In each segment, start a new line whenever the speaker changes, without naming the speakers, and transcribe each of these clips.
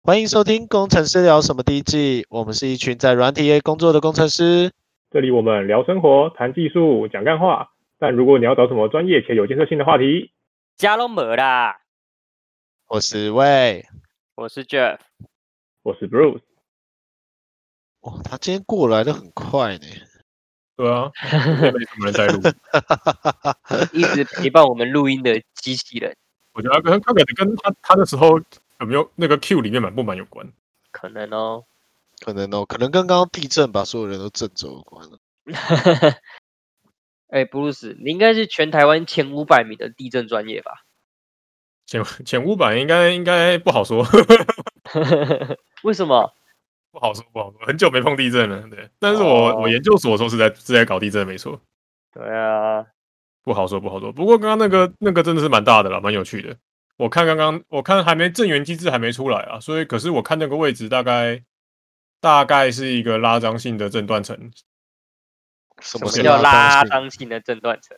欢迎收听《工程师聊什么》第一季，我们是一群在软体业工作的工程师。
这里我们聊生活、谈技术、讲干话。但如果你要找什么专业且有建设性的话题，
家都没啦。
我是魏，
我是 Jeff，
我是 Bruce。
哇，他今天过来的很快呢。
对啊，没什么人在录，
一直陪伴我们录音的机器人，
我觉得他跟他可能跟他他那时候有没有那个 Q 里面满不满有关。
可能哦。
可能哦，可能跟刚刚地震把所有人都震走有关了。
哎、布鲁斯，你应该是全台湾前五百名的地震专业吧？
前前五版应该应该不好说，
为什么？
不好说，不好说。很久没碰地震了，对。但是我、
哦
我研究所的时候是在是在搞地震，没错，
对啊，
不好说，不好说。不过刚刚那个那个真的是蛮大的了，蛮有趣的。我看刚刚我看还没正源机制还没出来啊，所以可是我看那个位置大概大概是一个拉张性的震断层，
什
什
么
么
是
叫拉
拉
张性的震断层？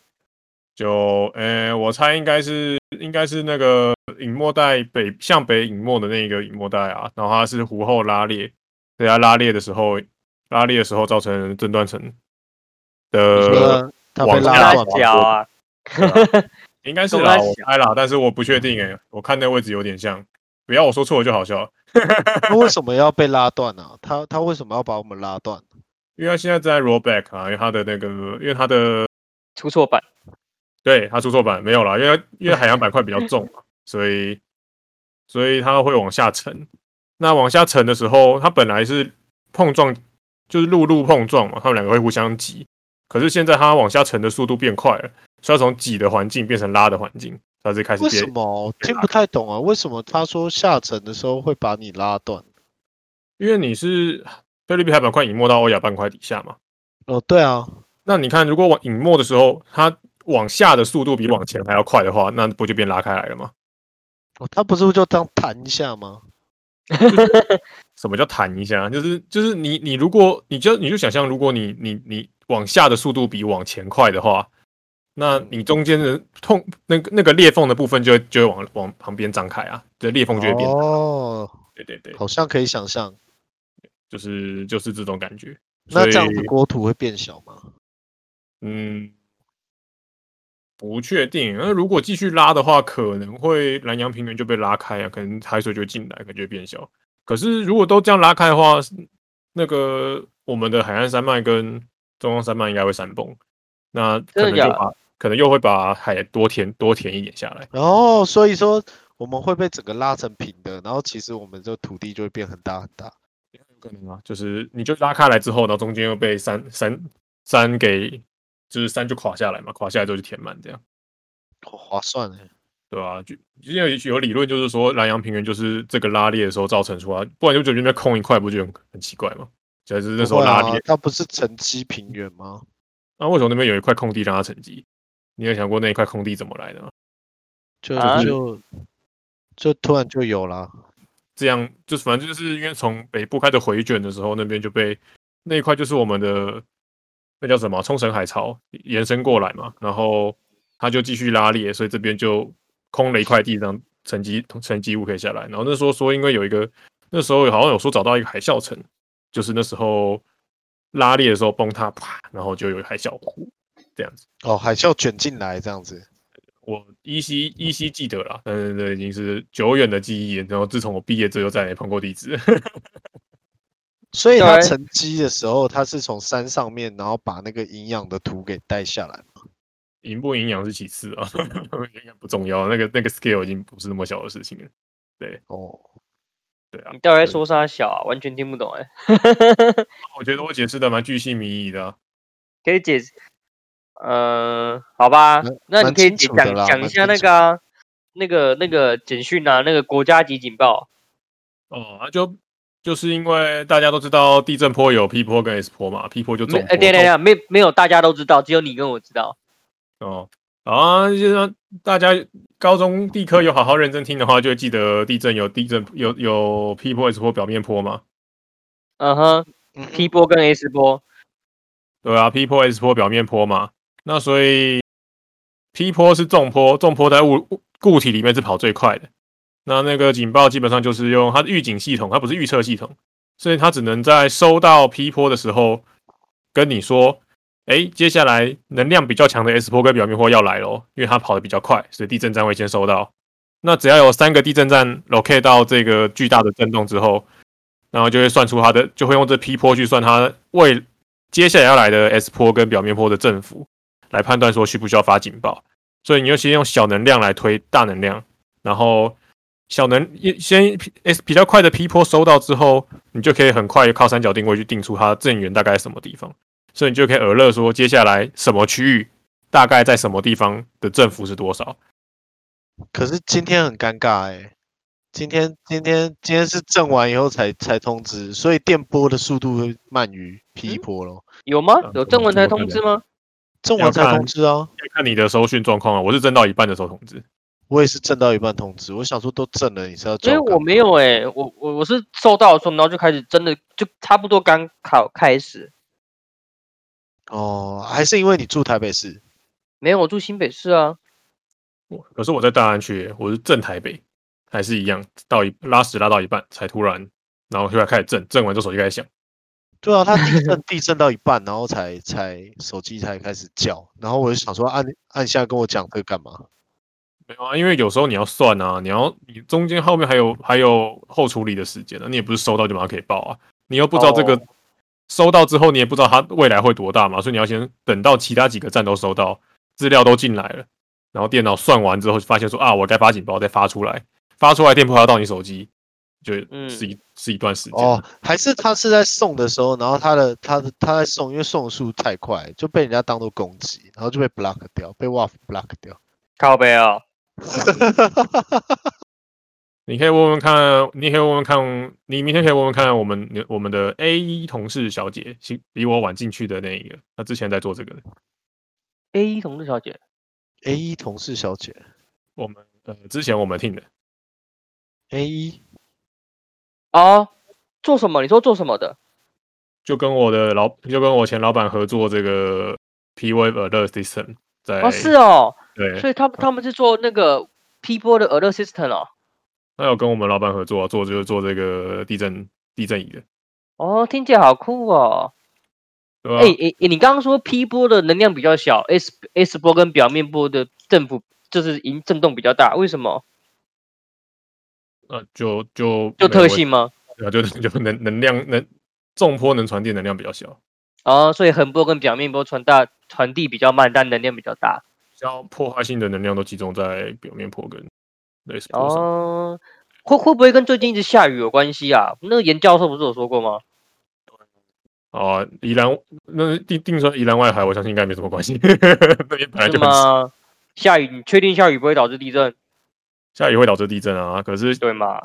就呃、我猜应该是应该是那个隐没带北向北隐没的那个隐没带啊，然后它是弧后拉裂，对它拉裂的时候，拉裂的时候造成震断层
你
的，
说呃他被
呃往
拉
下
断了，
小啊，
应该是
懂
啦，
它
我
小
猜啦，但是我不确定诶、我看那位置有点像，不要我说错了就好笑，
他为什么要被拉断呢、啊他他为什么要把我们拉断？
因为它现在在 rollback 啊，因为它的那个，因为它的
出错版。
对，它出错版没有啦，因为因为海洋板块比较重嘛，所以所以它会往下沉。那往下沉的时候，它本来是碰撞，就是陆路碰撞嘛，它们两个会互相挤。可是现在它往下沉的速度变快了，所以它从挤的环境变成拉的环境，它就开始
为
变
什么我听不太懂啊？为什么他说下沉的时候会把你拉断？
因为你是菲律宾海板块隐没到欧亚板块底下嘛。
哦，对啊，
那你看，如果往隐没的时候，它往下的速度比往前还要快的话，那不就变拉开来了吗？
哦他不是就这样弹一下吗？
什么叫弹一下？就是就是你你如果你就你就想象，如果你你你往下的速度比往前快的话，那你中间的痛那个那个裂缝的部分就会就会往往旁边张开啊，这裂缝就会变大。
哦，
对对对，
好像可以想象。
就是就是这种感觉。
那
所以
这样子国土会变小吗？
嗯，不确定。那如果继续拉的话，可能会南洋平原就被拉开啊，可能海水就会进来，可能就会变小。可是如果都这样拉开的话，那个我们的海岸山脉跟中央山脉应该会山崩，那可
真的
能
假
就
的
把可能又会把海多填多填一点下来。
然后所以说我们会被整个拉成平的，然后其实我们这土地就会变很大很大。
可能啊，就是你就拉开来之后，然后中间又被山山山给，就是山就垮下来嘛，垮下来之后就填满这样。
好划算哎！
对啊，就之前有有理论就是说，南洋平原就是这个拉裂的时候造成出来，不然就觉得那边空一块，不就很很奇怪吗？就是那时候
不会
拉
啊
裂，
它不是沉积平原吗？
那、为什么那边有一块空地让它沉积？你有想过那一块空地怎么来的吗？
就
啊
就就突然就有了。
这样就是反正就是因为从北部开始回卷的时候，那边就被那一块就是我们的那叫什么冲绳海潮延伸过来嘛，然后它就继续拉裂，所以这边就空了一块地让沉积沉积物可以下来。然后那时候说，因为有一个那时候好像有说找到一个海啸层，就是那时候拉裂的时候崩塌，啪，然后就有海啸湖这样子。
哦，海啸卷进来这样子，
我依稀依稀记得啦，但是这已经是久远的记忆了。然后自从我毕业之后，就再也没碰过地址。
所以它
对
沉积的时候，它是从山上面，然后把那个营养的土给带下来。
营不营养是其次啊， 营养不重要，那个那个 scale 已经不是那么小的事情了。
哦，
对啊
你，到底在说啥小啊？完全听不懂哎、
我觉得我解释的蛮巨细靡遗的啊、
可以解释？呃，好吧
蛮，
那你
蛮
可以
清
解
楚的
讲
啦
讲一
蛮
下
清
那
楚
个啊、那个那个简讯啊，那个国家级警报。
哦，那就就是因为大家都知道地震波有 P 波跟 S 波嘛，P 波就
没，
重
哎、
波
等一下等一
重
下，没没有，大家都知道，只有你跟我知道。
哦，啊，就是说大家高中地科有好好认真听的话，就会记得地震有地震有有 P 波 S 波表面波嘛。
嗯哼
嗯哼
，P 波跟 S 波，
对啊，P 波 S 波表面波嘛，那所以 P 波是重波，重波在物物固体里面是跑最快的，那那个警报基本上就是用它的预警系统，它不是预测系统，所以它只能在收到 P 波的时候跟你说，哎，接下来能量比较强的 S 波跟表面波要来咯，因为它跑得比较快，所以地震站会先收到。那只要有三个地震站 locate 到这个巨大的震动之后，然后就会算出它的，就会用这 P 波去算它未接下来要来的 S 波跟表面波的振幅，来判断说需不需要发警报。所以你就先用小能量来推大能量，然后小能一先 S 比较快的 P 波收到之后，你就可以很快靠三角定位去定出它震源大概在什么地方，所以你就可以耳乐说接下来什么区域大概在什么地方的振幅是多少。
可是今天很尴尬哎、今天今天今天是震完以后才才通知，所以电波的速度会慢于 P 波咯。
有吗
嗯
啊？
有正文台通知吗？
震完才
要看
通知啊，
要看你的收讯状况啊，我是震到一半的时候通知。
我也是震到一半通知，我想说都震了，你是要
所以
叫
我没有哎、我我我是收到的时候，然后就开始真的就差不多刚考开始，
哦，还是因为你住台北市
没有我住新北市啊，
我可是我在大安区耶，我是震台北，还是一样到一拉屎拉到一半才突然，然后突然开始震，震完之后手机开始响。
对啊，它地 震地震到一半，然后才才手机才开始叫，然后我就想说啊按按下跟我讲这个干嘛？
没有啊，因为有时候你要算啊，你要你中间后面还有还有后处理的时间呢、你也不是收到就马上可以报啊，你又不知道这个、
哦
收到之后，你也不知道它未来会多大嘛，所以你要先等到其他几个站都收到，资料都进来了，然后电脑算完之后就发现说啊，我该发警报再发出来，发出来电波还要到你手机，就
嗯
是一、是一段时间。
哦，还是他是在送的时候，然后他的他的他在送，因为送的速度太快，就被人家当做攻击，然后就被 block 掉，被 WAF block 掉。
靠北啊、
你可以问问看，你可以问问看，你明天可以问问看我们你我们的 A 一同事小姐，新比我晚进去的那一个，她之前在做这个的。
A 一同志小姐，
A 一同事小姐
我们呃之前我们听的，
，A 一
哦，做什么？你说做什么的？
就跟我的老就跟我前老板合作这个 P Wave Alert System 在
哎
哦，是哦，
对，
所以他们他们是做那个 P 波的 alert system 哦。
那有跟我们老板合作做就是做这个地震地震仪的，
哦，听起来好酷哦！
对啊吧、
哎哎、哎你刚刚说 P 波的能量比较小，S S 波跟表面波的振幅就是影震动比较大，为什么？
呃，就就
就
没有
特
问
性吗？
对啊，就就能能量能纵波能传递能量比较小，
哦，所以横波跟表面波传大传递比较慢，但能量比较大。
比较破坏性的能量都集中在表面坡跟类似坡上。
哦，会会不会跟最近一直下雨有关系啊？那个严教授不是有说过吗？
哦，宜兰那定定说宜兰外海，我相信应该没什么关系， 那哎边本来
是
就很
吗？下雨，你确定下雨不会导致地震？
下雨会导致地震啊。可是
对吗？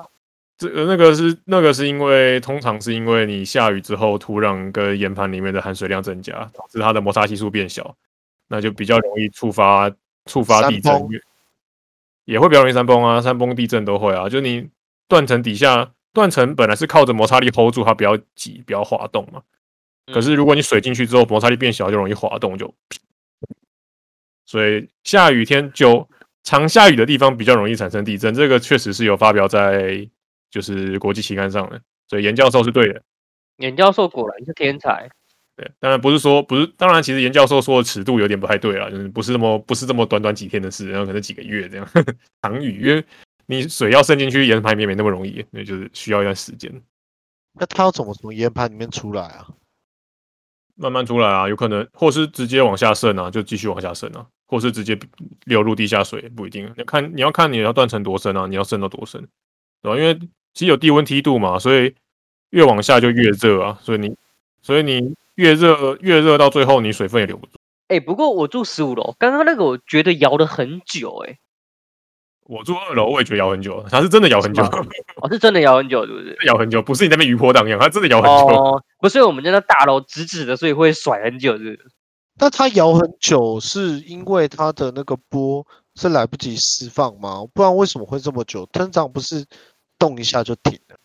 这呃个那个是那个是因为通常是因为你下雨之后，土壤跟岩盘里面的含水量增加，导致它的摩擦系数变小，那就比较容易触发触发地震
山崩，
也会比较容易山崩啊，山崩地震都会啊。就你断层底下，断层本来是靠着摩擦力 hold 住它，不要挤，不要滑动嘛。可是如果你水进去之后，摩擦力变小，就容易滑动，就。所以下雨天就常下雨的地方比较容易产生地震，这个确实是有发表在就是国际期刊上的，所以严教授是对的。
严教授果然是天才。
对，当然不是说不是，当然其实严教授说的尺度有点不太对啦，就是不是那么不是这么短短几天的事，然后可能几个月这样 长雨，因为你水要渗进去岩盘里面没那么容易，那就是需要一段时间
那他要怎么从岩盘里面出来啊？
慢慢出来啊，有可能或是直接往下渗啊，就继续往下渗啊，或是直接流入地下水，不一定，你看你要看你要断层多深啊，你要渗到多深，对吧？因为其实有低温梯度嘛，所以越往下就越热啊，所以你所以你越热越热到最后你水分也留不住。
哎、不过我住十五楼，刚刚那个我觉得摇了很久、欸，哎，
我住二楼，我也觉得摇很久，它是真的摇很久，
是哦，是真的摇很久，对不对？
摇很久，不是你在那边余波荡漾，它真的 摇很久。
哦，不是我们家那大楼直直的，所以会甩很久，是不是？
那它摇很久是因为它的那个波是来不及释放吗？不然为什么会这么久？通常不是动一下就停了？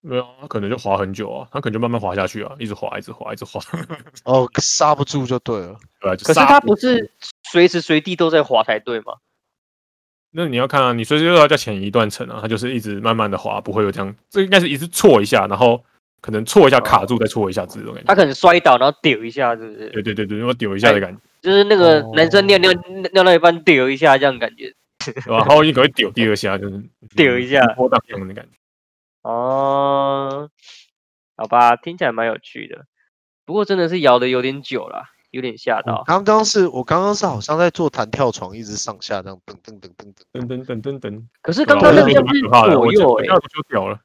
没有啊，它可能就滑很久啊，它可能就慢慢滑下去啊，一直滑，一直滑，一直滑，
哦，刹不住就对了。
对啊，
可
可
是它不是随时随地都在滑才对吗？
那你要看啊，你随时又要叫前移断层啊，它就是一直慢慢的滑，不会有这样。这应该是一直错一下，然后可能错一
哦
下卡住，再错一下这种感
他
觉。
可能摔倒然后丢一下，是不是？
对对对对，要丢一下的感觉，
就是那个
哦
男生尿尿尿到一半丢一下，这样感觉
对吧然后你可能会丢第二下，就是
丢一下
波荡样的感觉。
哦，好吧，听起来蛮有趣的，不过真的是摇的有点久了，有点吓
嗯
到。
刚刚是我刚刚是好像在做弹跳床，一直上下这样噔噔噔噔噔。
噔噔噔噔噔，
可是
对
刚
吧
刚那
嗯我
个
觉得
叫
蛮
是
可怕的，啊
左
我觉得
右
我
哎、
刚刚就掉了。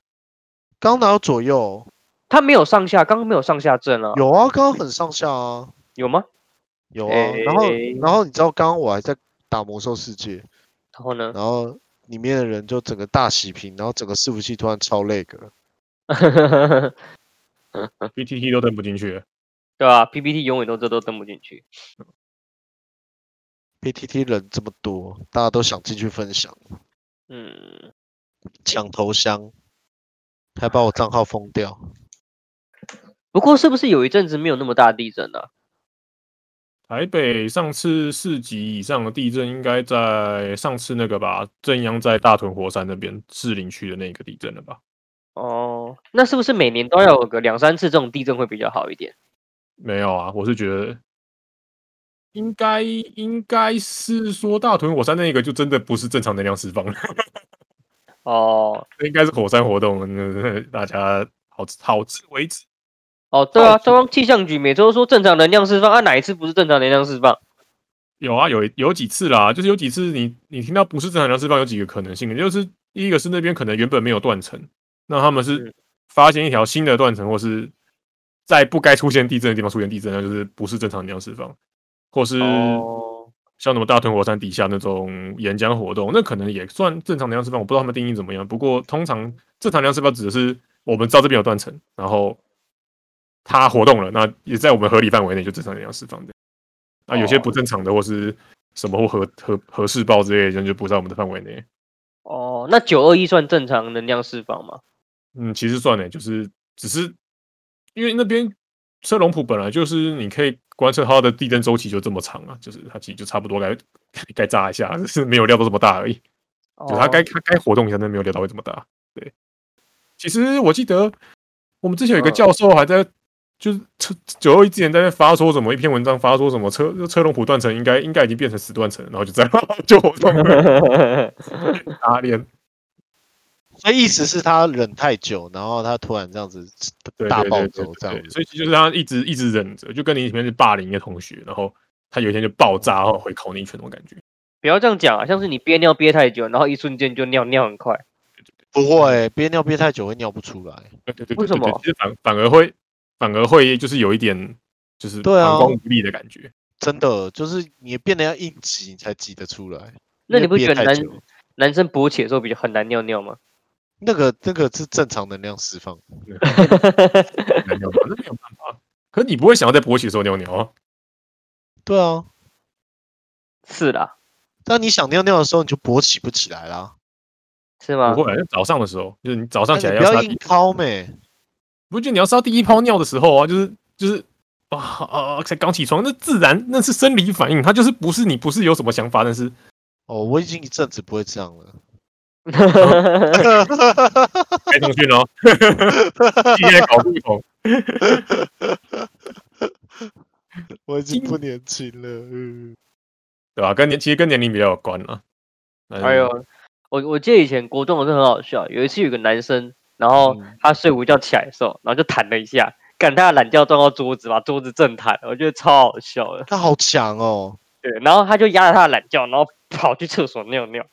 刚哪有左右？
他没有上下，刚刚没有上下震啊，
有啊，刚刚很上下啊，
有吗？
有啊。然后
诶
然后你知道刚刚我还在打魔兽世界，
然后 呢？
然后里面的人就整个大洗屏，然后整个伺服器突然超累个。
BTT 都登不进去了，
对吧、啊、？PPT 永远都这都登不进去。
PTT 人这么多，大家都想进去分享，
嗯，
抢头香，还把我账号封掉。
不过是不是有一阵子没有那么大地震了、
台北上次四级以上的地震，应该在上次那个吧，正央在大屯火山那边士林区的那个地震了吧？
哦，那是不是每年都要有个两三次这种地震会比较好一点？
没有啊，我是觉得应该应该是说大屯火山那个就真的不是正常能量释放，
哦
那 应该是火山活动，那大家好好自为之。
哦，对啊，中央气象局每周都说正常能量释放，啊哪一次不是正常能量释放？
有啊，有有几次啦，就是有几次你你听到不是正常能量释放，有几个可能性，就是第一个是那边可能原本没有断层，那他们是
嗯
发现一条新的断层，或是在不该出现地震的地方出现地震，那就是不是正常能量释放，或是
哦，
像什么大屯火山底下那种岩浆活动，那可能也算正常能量释放，我不知道他们定义怎么样。不过通常正常能量释放指的是我们知道这边有断层，然后它活动了，那也在我们合理范围内就正常能量释放的。啊，有些
哦
不正常的或是什么或核核核试爆之类的，那就不在我们的范围内。
哦，那九二一算正常能量释放吗？
嗯，其实算了，就是只是因为那边车龙浦本来就是你可以观测它的地震周期就这么长啊，就是它其实就差不多该 该炸一下，只是没有料到这么大而已。就
哦
是它啊该它该活动一下，但没有料到会这么大。对，其实我记得我们之前有一个
嗯
教授还在，就是车九二一之前在那发说什么一篇文章发说什么车车龙浦断层应该应该已经变成死断层了，然后就这样 就活动了
哦
打脸，
所以意思是他忍太久，然后他突然这样子
对
大
对
暴
对对
走，这
对
样
对
子。
所以就是他一直一直忍着，就跟你以前是霸凌一个同学，然后他有一天就爆炸，然后回考你一拳那种感觉。
不要这样讲啊，像是你憋尿憋太久，然后一瞬间就尿尿很快。
不会、憋尿憋太久会尿不出来。
对对对，
为
对
什
对
么
其实反反而会反而会就是有一点就是
对啊
膀胱无力的感觉。
真的，就是你变得要硬挤，你才挤得出来。
那
因为
你不
憋
觉得
太
男
久
男生勃起的时候比较很难尿尿吗？
那个那个是正常能量释放？
尿尿吧，那没有办法。可你不会想要在勃起的时候尿尿啊？
对啊，
是啦，
当你想尿尿的时候，你就勃起不起来啦。
是吗
不？会啊，就早上的时候，就是你早上起来
那你不
撒
要
第
硬，掏没，
不就你要撒第一泡尿的时候啊，就是就是啊啊，才刚起床，那自然那是生理反应，它就是不是你不是有什么想法，但是
哦，我已经一阵子不会这样了。
该上去了 哦，今天搞不懂。
我已经不年轻了。嗯，
对吧？跟年其实跟年龄比较有关啊。嗯
哎呦，我我记得以前国中的时候很好笑，有一次有个男生，然后
嗯
他睡午觉起来的时候，然后就弹了一下，干他的懒觉撞到桌子，把桌子震弹，我觉得超好笑的。
他好强哦。
对，然后他就压着他的懒觉，然后跑去厕所尿尿。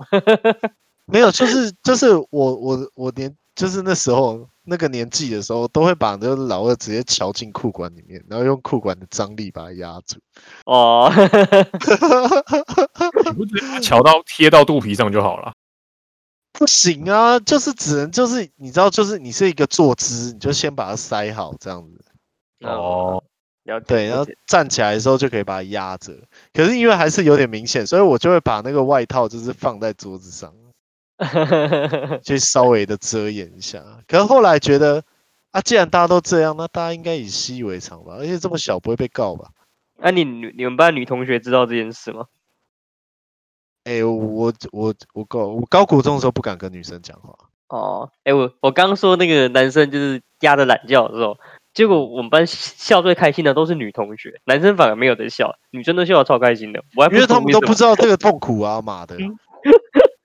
没有，就是就是我我我年就是那时候那个年纪的时候，都会把那个老二直接瞧进裤管里面，然后用裤管的张力把它压住。
哦，
你不觉得它瞧到贴到肚皮上就好了？
不行啊，就是只能就是你知道，就是你是一个坐姿，你就先把它塞好这样子，啊
哦，
了解，
对，然
了
后
解
站起来的时候就可以把它压着。可是因为还是有点明显，所以我就会把那个外套就是放在桌子 上，去稍微的遮掩一下。可是后来觉得啊，既然大家都这样，那大家应该以习以为常吧，而且这么小不会被告吧？
那、你女你们班女同学知道这件事吗？
哎、我我我高我高国中的时候不敢跟女生讲话，
哦，哎、我我刚说那个男生就是压着懒觉的时候，结果我们班笑最开心的都是女同学，男生反而没有在笑，女生都笑得超开心的。我还
因为他们都不
知
知道这个痛苦啊，妈的！
嗯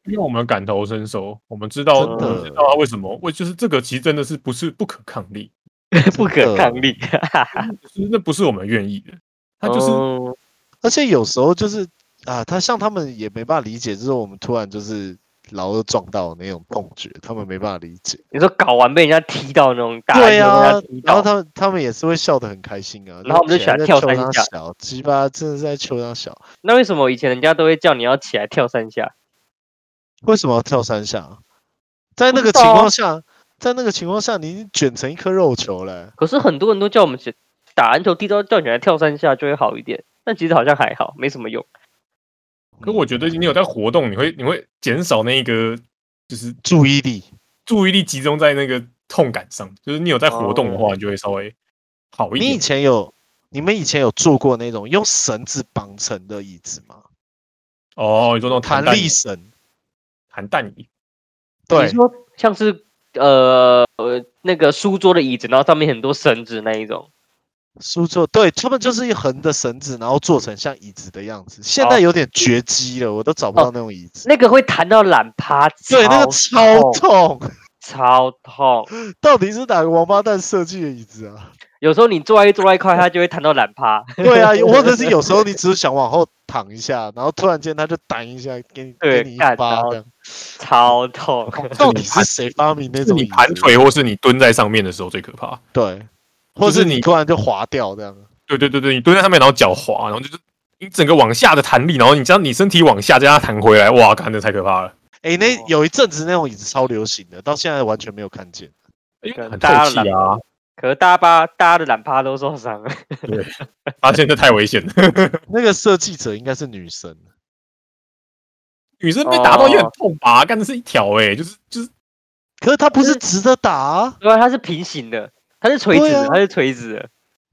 因为我们感同身受，我们知道
真
我
的
们知道他为什么，为就是这个其实真的是不是不可抗力，
不可抗力，哈哈。
就是啊那不是我们愿意的，他就是、
哦
而且有时候就是啊，他像他们也没办法理解，就是我们突然就是老二撞到的那种痛觉，他们没办法理解。
你说搞完被人家踢到那种打，
对
啊
啊，，然后
他
他们他们也是会笑得很开心啊。
然后我们就喜欢
在
跳
球
三
场
下
小鸡巴真的是在球场小，
那为什么以前人家都会叫你要起来跳三下？
为什么要跳三下？啊在那
不
个
知
情
道啊
况下，在那个情况下，你已经卷成一颗肉球了欸、
可是很多人都叫我们起打篮球，踢到叫你来跳三下就会好一点，但其实好像还好，没什么用。
可我觉
嗯
得你有在活动，你会你会减少那个就是
注意力，
注意力集中在那个痛感上，就是你有在活动的话，
哦
你就会稍微好一
你以
点。
前有你们以前有做过那种用绳子绑成的椅子吗？
哦，你说那种
弹
弹
力
椅
绳，
弹弹椅，
对
你，说像是呃呃那个书桌的椅子，然后上面很多绳子那一种。
书桌，对他们就是一横的绳子，然后做成像椅子的样子。现在
哦
有点绝迹了，我都找不
哦
到那种椅子。
那个会弹到懒趴，
对，那个超
痛
痛，
超痛。
到底是哪个王八蛋设计的椅子啊？
有时候你坐在一坐在一块，它就会弹到懒趴。
对 啊，或者是有时候你只是想往后躺一下，然后突然间他就弹一下，给你给
对
你一
干
巴
然后
这样。
超痛。
到底是谁发明那
是
种
你
椅
盘
子
腿或是你蹲在上面的时候最可怕。
对，或
就是
是你
你
突然就滑掉这样。
对对对对，你蹲在上面，然后脚滑，然后就是你整个往下的弹力，然后你将你身体往下，再让它弹回来，哇，看那太可怕了，
哎，那
哦
有一阵子那种椅子超流行的，到现在完全没有看见。
因为很透
大家
气啊。
可是大家把大家的懒趴都受伤了。
对，发现这太危险了。
那个设计者应该是女生，
女生被打到也
哦
很痛吧？干的是一条哎、就是就是
可是她不是
可
直的打啊，
对啊，它是平行的，它是垂直
对啊
的，它是垂直的。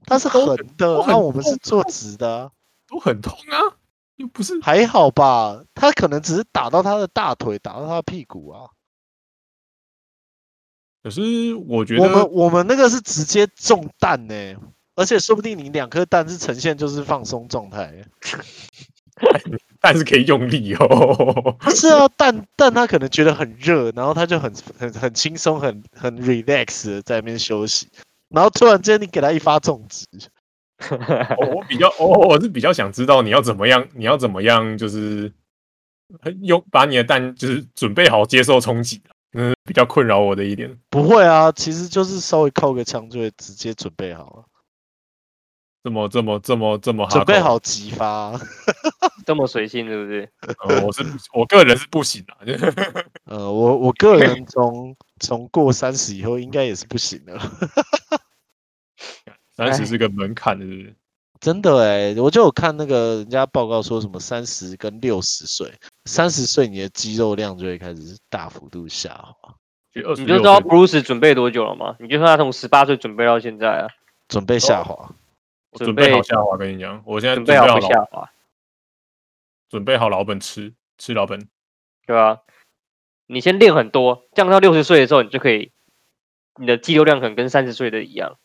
她是
都
横的
都，
那
很
我们是
痛
做直的啊，
都很痛啊，又不是
还好吧？她可能只是打到她的大腿，打到她的屁股啊。
可是我觉
我们
得
我们那个是直接中弹呢、而且说不定你两颗蛋是呈现就是放松状态欸。
但是可以用力哦。
是啊，蛋蛋它可能觉得很热，然后它就很很很轻松、很很 relax 的在那边休息，然后突然间你给它一发中指，
我我比较我我是比较想知道你要怎么样，你要怎么样，就是呃用把你的蛋就是准备好接受冲击，嗯，比较困扰我的一点。
不会啊，其实就是稍微扣个枪就会直接准备好了，
这么这么这么这么
准备
hardcore
好急发啊、
这么随性是不是？
呃我是不我个人是不行啊， 就是
呃，我我个人从从过三十以后应该也是不行的了，
三十是个门槛，是不是？
真的哎、我就有看那个人家报告说什么三十跟六十岁，三十岁你的肌肉量就会开始大幅度下滑，
就二十
你就知道 Bruce 准备多久了吗？你就说他从十八岁准备到现在啊，
准备下滑。
准
准
备
备
好下滑，跟你讲，我现在
准
准
备
备
好
好
不下
老
滑，
准备好老本吃吃老本，
对吧、你先练很多，这样到六十岁的时候，你就可以，你的肌肉量可能跟三十岁的一样。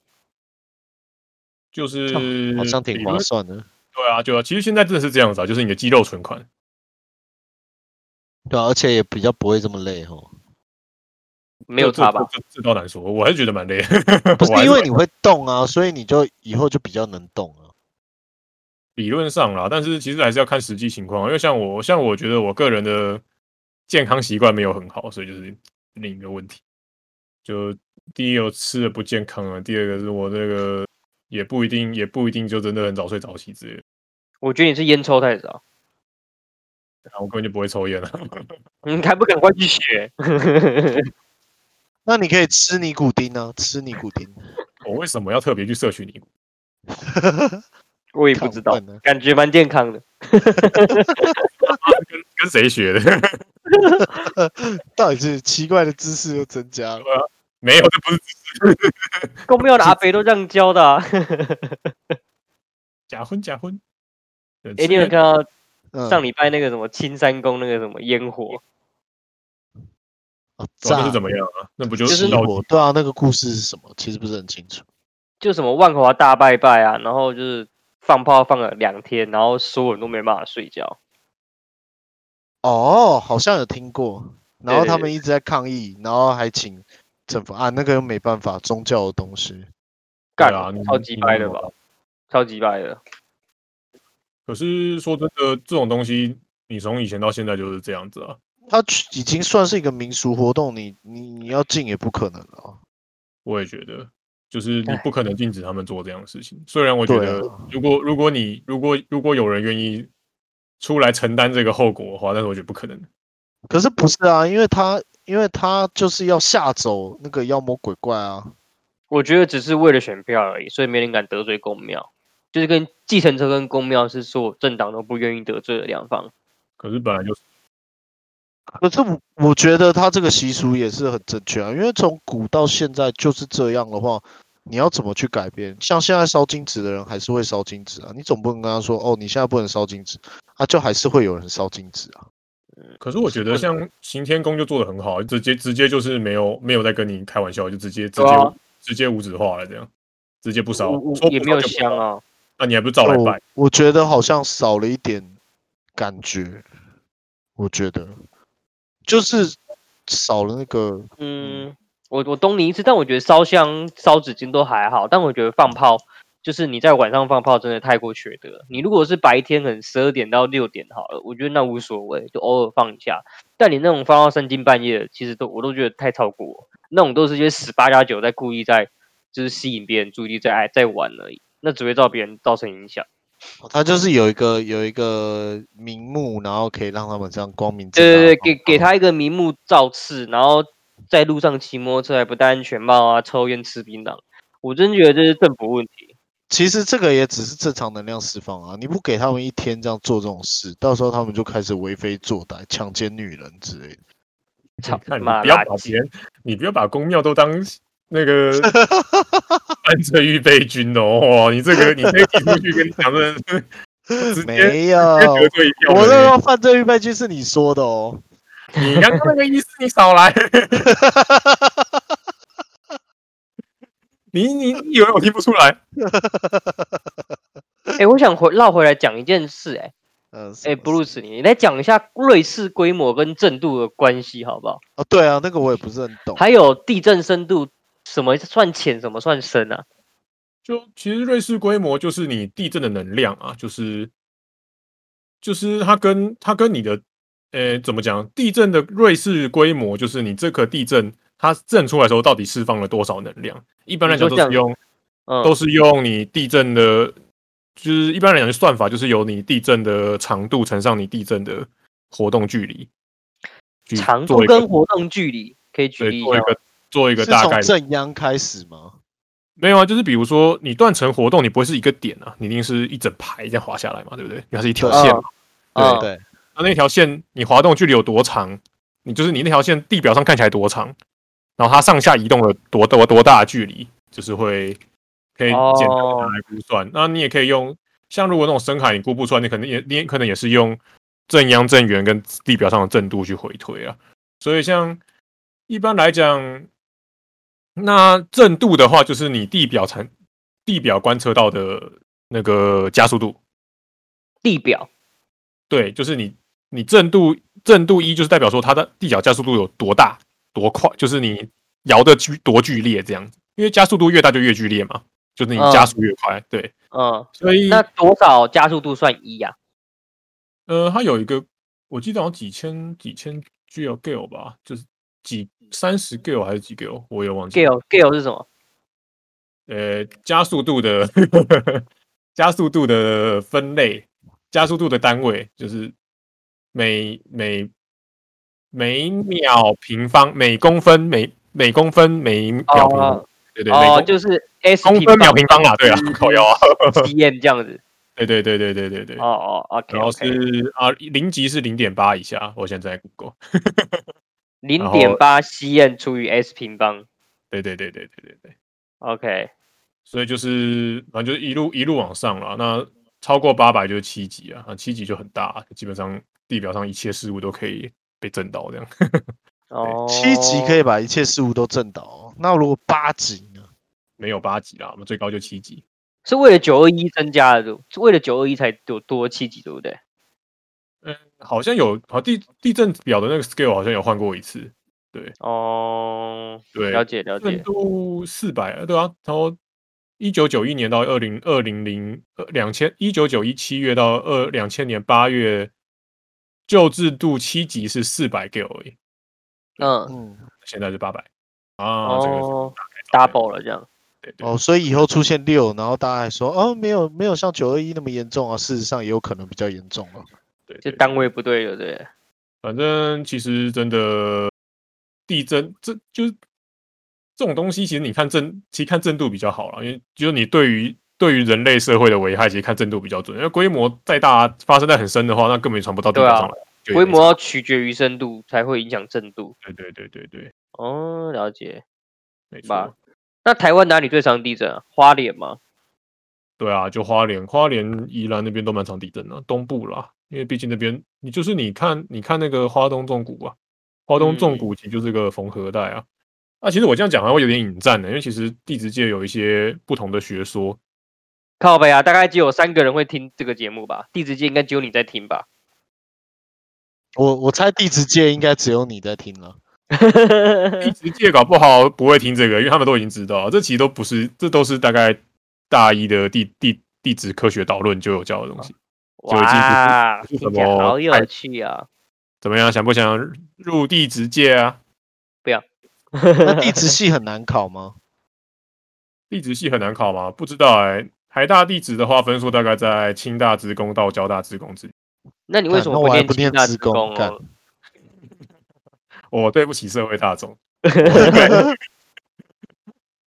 就是
哦好像
比
挺
如
划算的，
对啊，对啊，其实现在真的是这样子啊，就是你的肌肉存款，
对啊、而且也比较不会这么累哦。
没有
这
差吧？
这这这倒难说，我还是觉得蛮累。
不是
我还
因为你会动啊，所以你就以后就比较能动啊。
理论上啦，但是其实还是要看实际情况，因为像我，像我觉得我个人的健康习惯没有很好，所以就是另一个问题。就第一个吃的不健康啊，第二个是我这个也不一定，也不一定就真的很早睡早起之类的。
我觉得你是烟抽太少，
然后我根本就不会抽烟了、
你还不赶快去学？
那你可以吃尼古丁啊，吃尼古丁，
我为什么要特别去摄取尼古？
我也
看
不知道
笨，啊
感觉蛮健康的。
跟跟谁学的？
到底是奇怪的知识又增加了。
没有，这不是
公庙的阿肥都这样教的、啊。
假婚假婚。哎
哎、你有看到
嗯
上礼拜那个什么青山宫那个什么烟火，
哦
主要
炸
是怎么样啊？那不就
起
到
火？对啊，那个故事是什么？其实不是很清楚。
就什么万华大拜拜啊，然后就是放炮放了两天，然后所有人都没办法睡觉。
哦，好像有听过。然后
对
他们一直在抗议，然后还请政府啊，那个又没办法，宗教的东西。
干
对啊你
超级
你
掰
弄
的
吧
吧？超级掰的，
可是说真的，这种东西你从以前到现在就是这样子啊。
它去已经算是一个民俗活动，你你你要禁也不可能了啊。
我也觉得，就是你
唉
不可能禁止他们做这样的事情。虽然我觉
对
得
啊，
如果如果你如果如果有人愿意出来承担这个后果的话，但是我觉得不可能。
可是不是啊？因为他因为他就是要吓走那个妖魔鬼怪啊。
我觉得只是为了选票而已，所以没人敢得罪公庙，就是跟计程车跟公庙是所有政党都不愿意得罪的两方。
可是本来就是
可是我我觉得他这个习俗也是很正确啊，因为从古到现在就是这样的话，你要怎么去改变？像现在烧金纸的人还是会烧金纸啊，你总不能跟他说哦，你现在不能烧金纸，啊，就还是会有人烧金纸啊。
可是我觉得像刑天宫就做的很好，直接直接就是没有没有在跟你开玩笑，就直接直接、
对啊
直接无纸化了，这样直接不烧
我，我
说
也
不
没有
烧就不
香
烧，
啊，
那你还不是照来拜？
我我觉得好像少了一点感觉，我觉得就是少了那个
嗯，我我懂你意思，但我觉得烧香、烧纸巾都还好，但我觉得放炮，就是你在晚上放炮真的太过缺德了。你如果是白天，可能十二点到六点好了，我觉得那无所谓，就偶尔放一下。但你那种放到三更半夜的，其实都我都觉得太超过我，那种都是些十八加九在故意在就是吸引别人注意力在爱在玩而已，那只会造别人造成影响。
他就是有一个有一个名目，然后可以让他们这样光
哦
明正
对对对，
大
给
地
给
放
他一个名目造次，然后在路上骑摩托车还不戴安全帽啊，抽烟吃槟榔，我真觉得这是政府问题。
其实这个也只是正常能量释放啊！你不给他们一天这样做这种事，到时候他们就开始为非作歹、强奸女人之类的。
操
哎你看你
妈
不要
垃
把
圾
别人，你不要把公庙都当那个犯罪预备军哦！哇你这个你这个寄出去跟你讲真的是直接直
没有，
接得罪掉
我
人
那个犯罪预备军是你说的哦。
你刚刚那个意思，你少来。你你你以为我听不出来？
哎、我想回绕回来讲一件事、哎
嗯，什
哎、
么
布鲁斯，你来讲一下瑞士规模跟震度的关系好不好？
哦，对啊，那个我也不是很懂。
还有地震深度，什么算浅，什么算深啊？
就其实瑞士规模就是你地震的能量啊，就是就是它跟它跟你的呃怎么讲，地震的瑞士规模就是你这颗地震它震出来的时候到底释放了多少能量？一般来讲
你
都
说
是用
嗯，
都是用你地震的，就是一般来讲的算法就是由你地震的长度乘上你地震的活动距离，去
长
做
度
一个
跟活动距离哦可以举
对
例一
做
下
一
吗。
个做一个
是
大概
从
的
正央开始吗？
没有啊，就是比如说你断层活动，你不会是一个点啊，你一定是一整排这样滑下来嘛，对不对？因为它是一条
对
线
嗯
嘛，啊
嗯
对，
那那条线你滑动距离有多长？你就是你那条线地表上看起来多长，然后它上下移动了多多多大的距离，就是会可以简单地
哦
拿来估算。那你也可以用，像如果那种深海你估不出来，你可能也你也可能也是用正央、正圆跟地表上的震度去回推啊。所以像一般来讲，那震度的话，就是你地表产地表观测到的那个加速度，
地表
对，就是你你震度震度一就是代表说它的地角加速度有多大多快，就是你摇的剧多剧烈这样子，因为加速度越大就越剧烈嘛，就是你加
嗯
速越快，对，
嗯，
所以
那多少加速度算一啊呀、
呃，它有一个我记得好像几千几千 g l g l 吧，就是
嗯
几三十 g l 还是几 g l 我也忘
g
记
a
了
l e g a l e 是什么？
呃，加速度的加速度的分类，加速度的单位就是每每每秒平方、每公分、每每公分、每秒平方，
哦
对对，每
哦，
公
就是 S
公
平
分秒
方嗯
平方啦，对啊，靠腰 啊，
cm 这样子。
对对对对对对对。
哦哦，OK
然后
OK，
是啊，零级是零点八以下，我现在在 Google。
零
然后
点八 cm 除以 S 平方。
对对对对对对对，
OK，
所以就是反正就是一路一路往上了。那超过八百就是七级啊，啊七级就很大，基本上地表上一切事物都可以被震到这样。
哦，
七级可以把一切事物都震倒哦，那如果八级呢？
没有八级啦，我们最高就七级。
是为了九二一增加的，对不是为了九二一才有多七级，对不对？
嗯，好像有，好地地震表的那个 scale 好像有换过一次。
哦，
对，
了解了
震
解，
度四百，对啊，然后一九九一年到二零二零零呃两千一九九一七月到二两千年八月，旧制度七级是四百 g 而已，
嗯，
嗯，
现在是八百啊，这个是
哦
大概
，double 了这样，
对对
哦，所以以后出现六，然后大家还说哦，没有没有像九二一那么严重啊，事实上也有可能比较严重啊了。
对，
就
对
单位不对了，对。
反正其实真的地震，这就是这种东西，其实你看震，其实看震度比较好了，因为就是你对于对于人类社会的危害，其实看震度比较准。因为规模再大，发生在很深的话，那根本传不到地
对
表
啊
上来。就也
规
没
模
差，
要取决于深度，才会影响震度。
对对对对对，
哦，了解。
没
吧
错。
那台湾哪里最常地震啊？花莲吗？
对啊，就花莲、花莲、宜兰那边都蛮常地震的、东部啦，因为毕竟那边你就是你看，你看那个花东纵谷啊，花东纵
嗯
谷其实就是个缝合带啊。那、其实我这样讲还会有点引战的，欸因为其实地质界有一些不同的学说，
靠北啊，大概只有三个人会听这个节目吧？地质界应该只有你在 听吧？
我我猜地质界应该只有你在听了。
地质界搞不好不会听这个，因为他们都已经知道了，这其实都不是，这都是大概大一的地地地质科学导论就有教的东西。究竟是
哇，
是什
听起来
么
好有
太
趣啊！
怎么样，想不想入地质界啊？
那地质系很难考吗？
地质系很难考吗？不知道哎、台大地质的话，分数大概在清大职工到交大职工之间。
那你为什
干那
么
我还
念
不
清
念
大
职
职
工
工
干
哦？
我对不起社会大 众。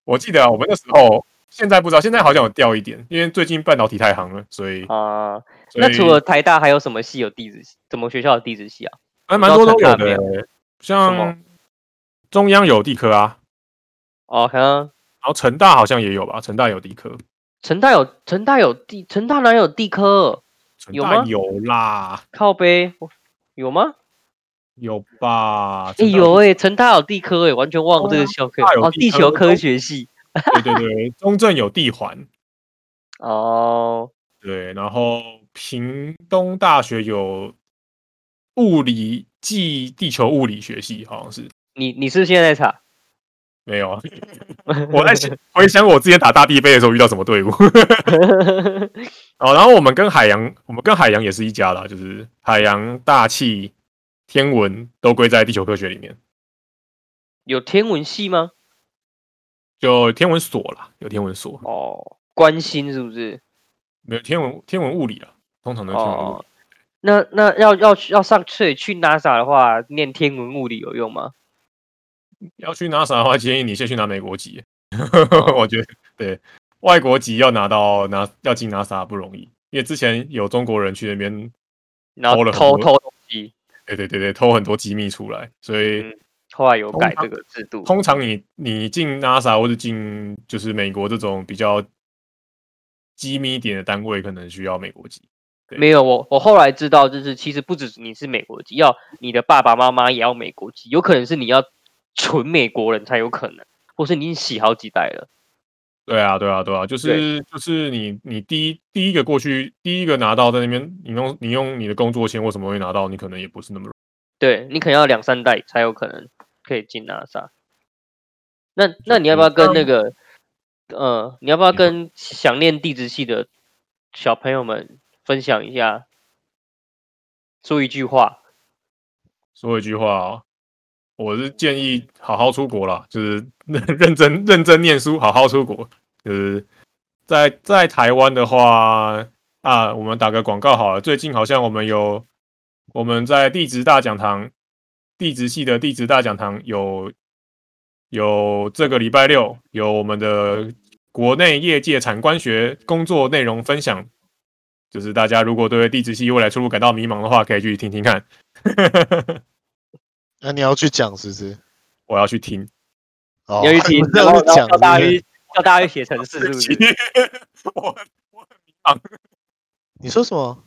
我记得啊，我们那时候，现在不知道，现在好像有掉一点，因为最近半导体太行了，所以
啊，
所
那
以
除了台大还有什么系有地质系？什么学校有地质系啊？
还蛮多都有
成大
的
没
欸、
有什么
像中央有地科啊，
哦，好像
然后成大好像也有吧，成大有地科，
成大有成大有地，成大哪有地科？
成
有
大
吗
有啦，
靠背有吗？
有吧？
哎
成大
有哎，成大有地科哎，完全忘了
对
这
啊
个校科
大有
哦，
地
地
科
球
中
科学系
对对对，中正有地环，
哦，
对，然后屏东大学有物理暨地球物理学系，好像是
你你是不是现在在查？
没有啊。我在想回想我之前打大地杯的时候遇到什么队伍 哦，然后我们跟海洋，我们跟海洋也是一家啦，就是海洋、大气、天文都归在地球科学里面，
有天文系吗？
就天文所啦，有天文所，
哦，关心是不是？
没有天文天文物理啦，通常都是天文物理。
哦，那那要要去要上去去 NASA 的话，念天文物理有用吗？
要去 NASA 的话，建议你先去拿美国籍。 我觉得对外国籍要拿到拿要进 NASA 不容易，因为之前有中国人去那边，
然
偷
后
了很
偷
多
偷东西，
对对对对，偷很多机密出来，所以、
嗯后来有
通
改
常
这个制度。
通常你你进 NASA 或者进就是美国这种比较机密一点的单位，可能需要美国籍。对
没有，我我后来知道，就是其实不止你是美国籍，要你的爸爸妈妈也要美国籍，有可能是你要纯美国人才有可能，或是你已经洗好几代了。
对啊，对啊，对啊，就是就是你你第一第一个过去第一个拿到在那边，你用你用你的工作签为什么会拿到，你可能也不是那么容易。
对你可能要两三代才有可能可以进 NASA。那那你要不
嗯
要跟
当
那个，呃，你要不要
你说
跟想念地质系的小朋友们分享一下，说一句话？
说一句话、哦，我是建议好好出国啦，就是 认真认真念书，好好出国。就是在在台湾的话啊，我们打个广告好了。最近好像我们有我们在地质大讲堂，地质系的地质大讲堂有有这个礼拜六有我们的国内业界产官学工作内容分享。就是大家如果对地质系未来出路感到迷茫的话，可以去听听看。
那你要去讲是不是？
我要去听。
哦，
你要去听，
这
然
样
后
是
然
讲
后叫大家
是不是
去叫大家去写程式，是不是？
我我很迷茫。
你说什么？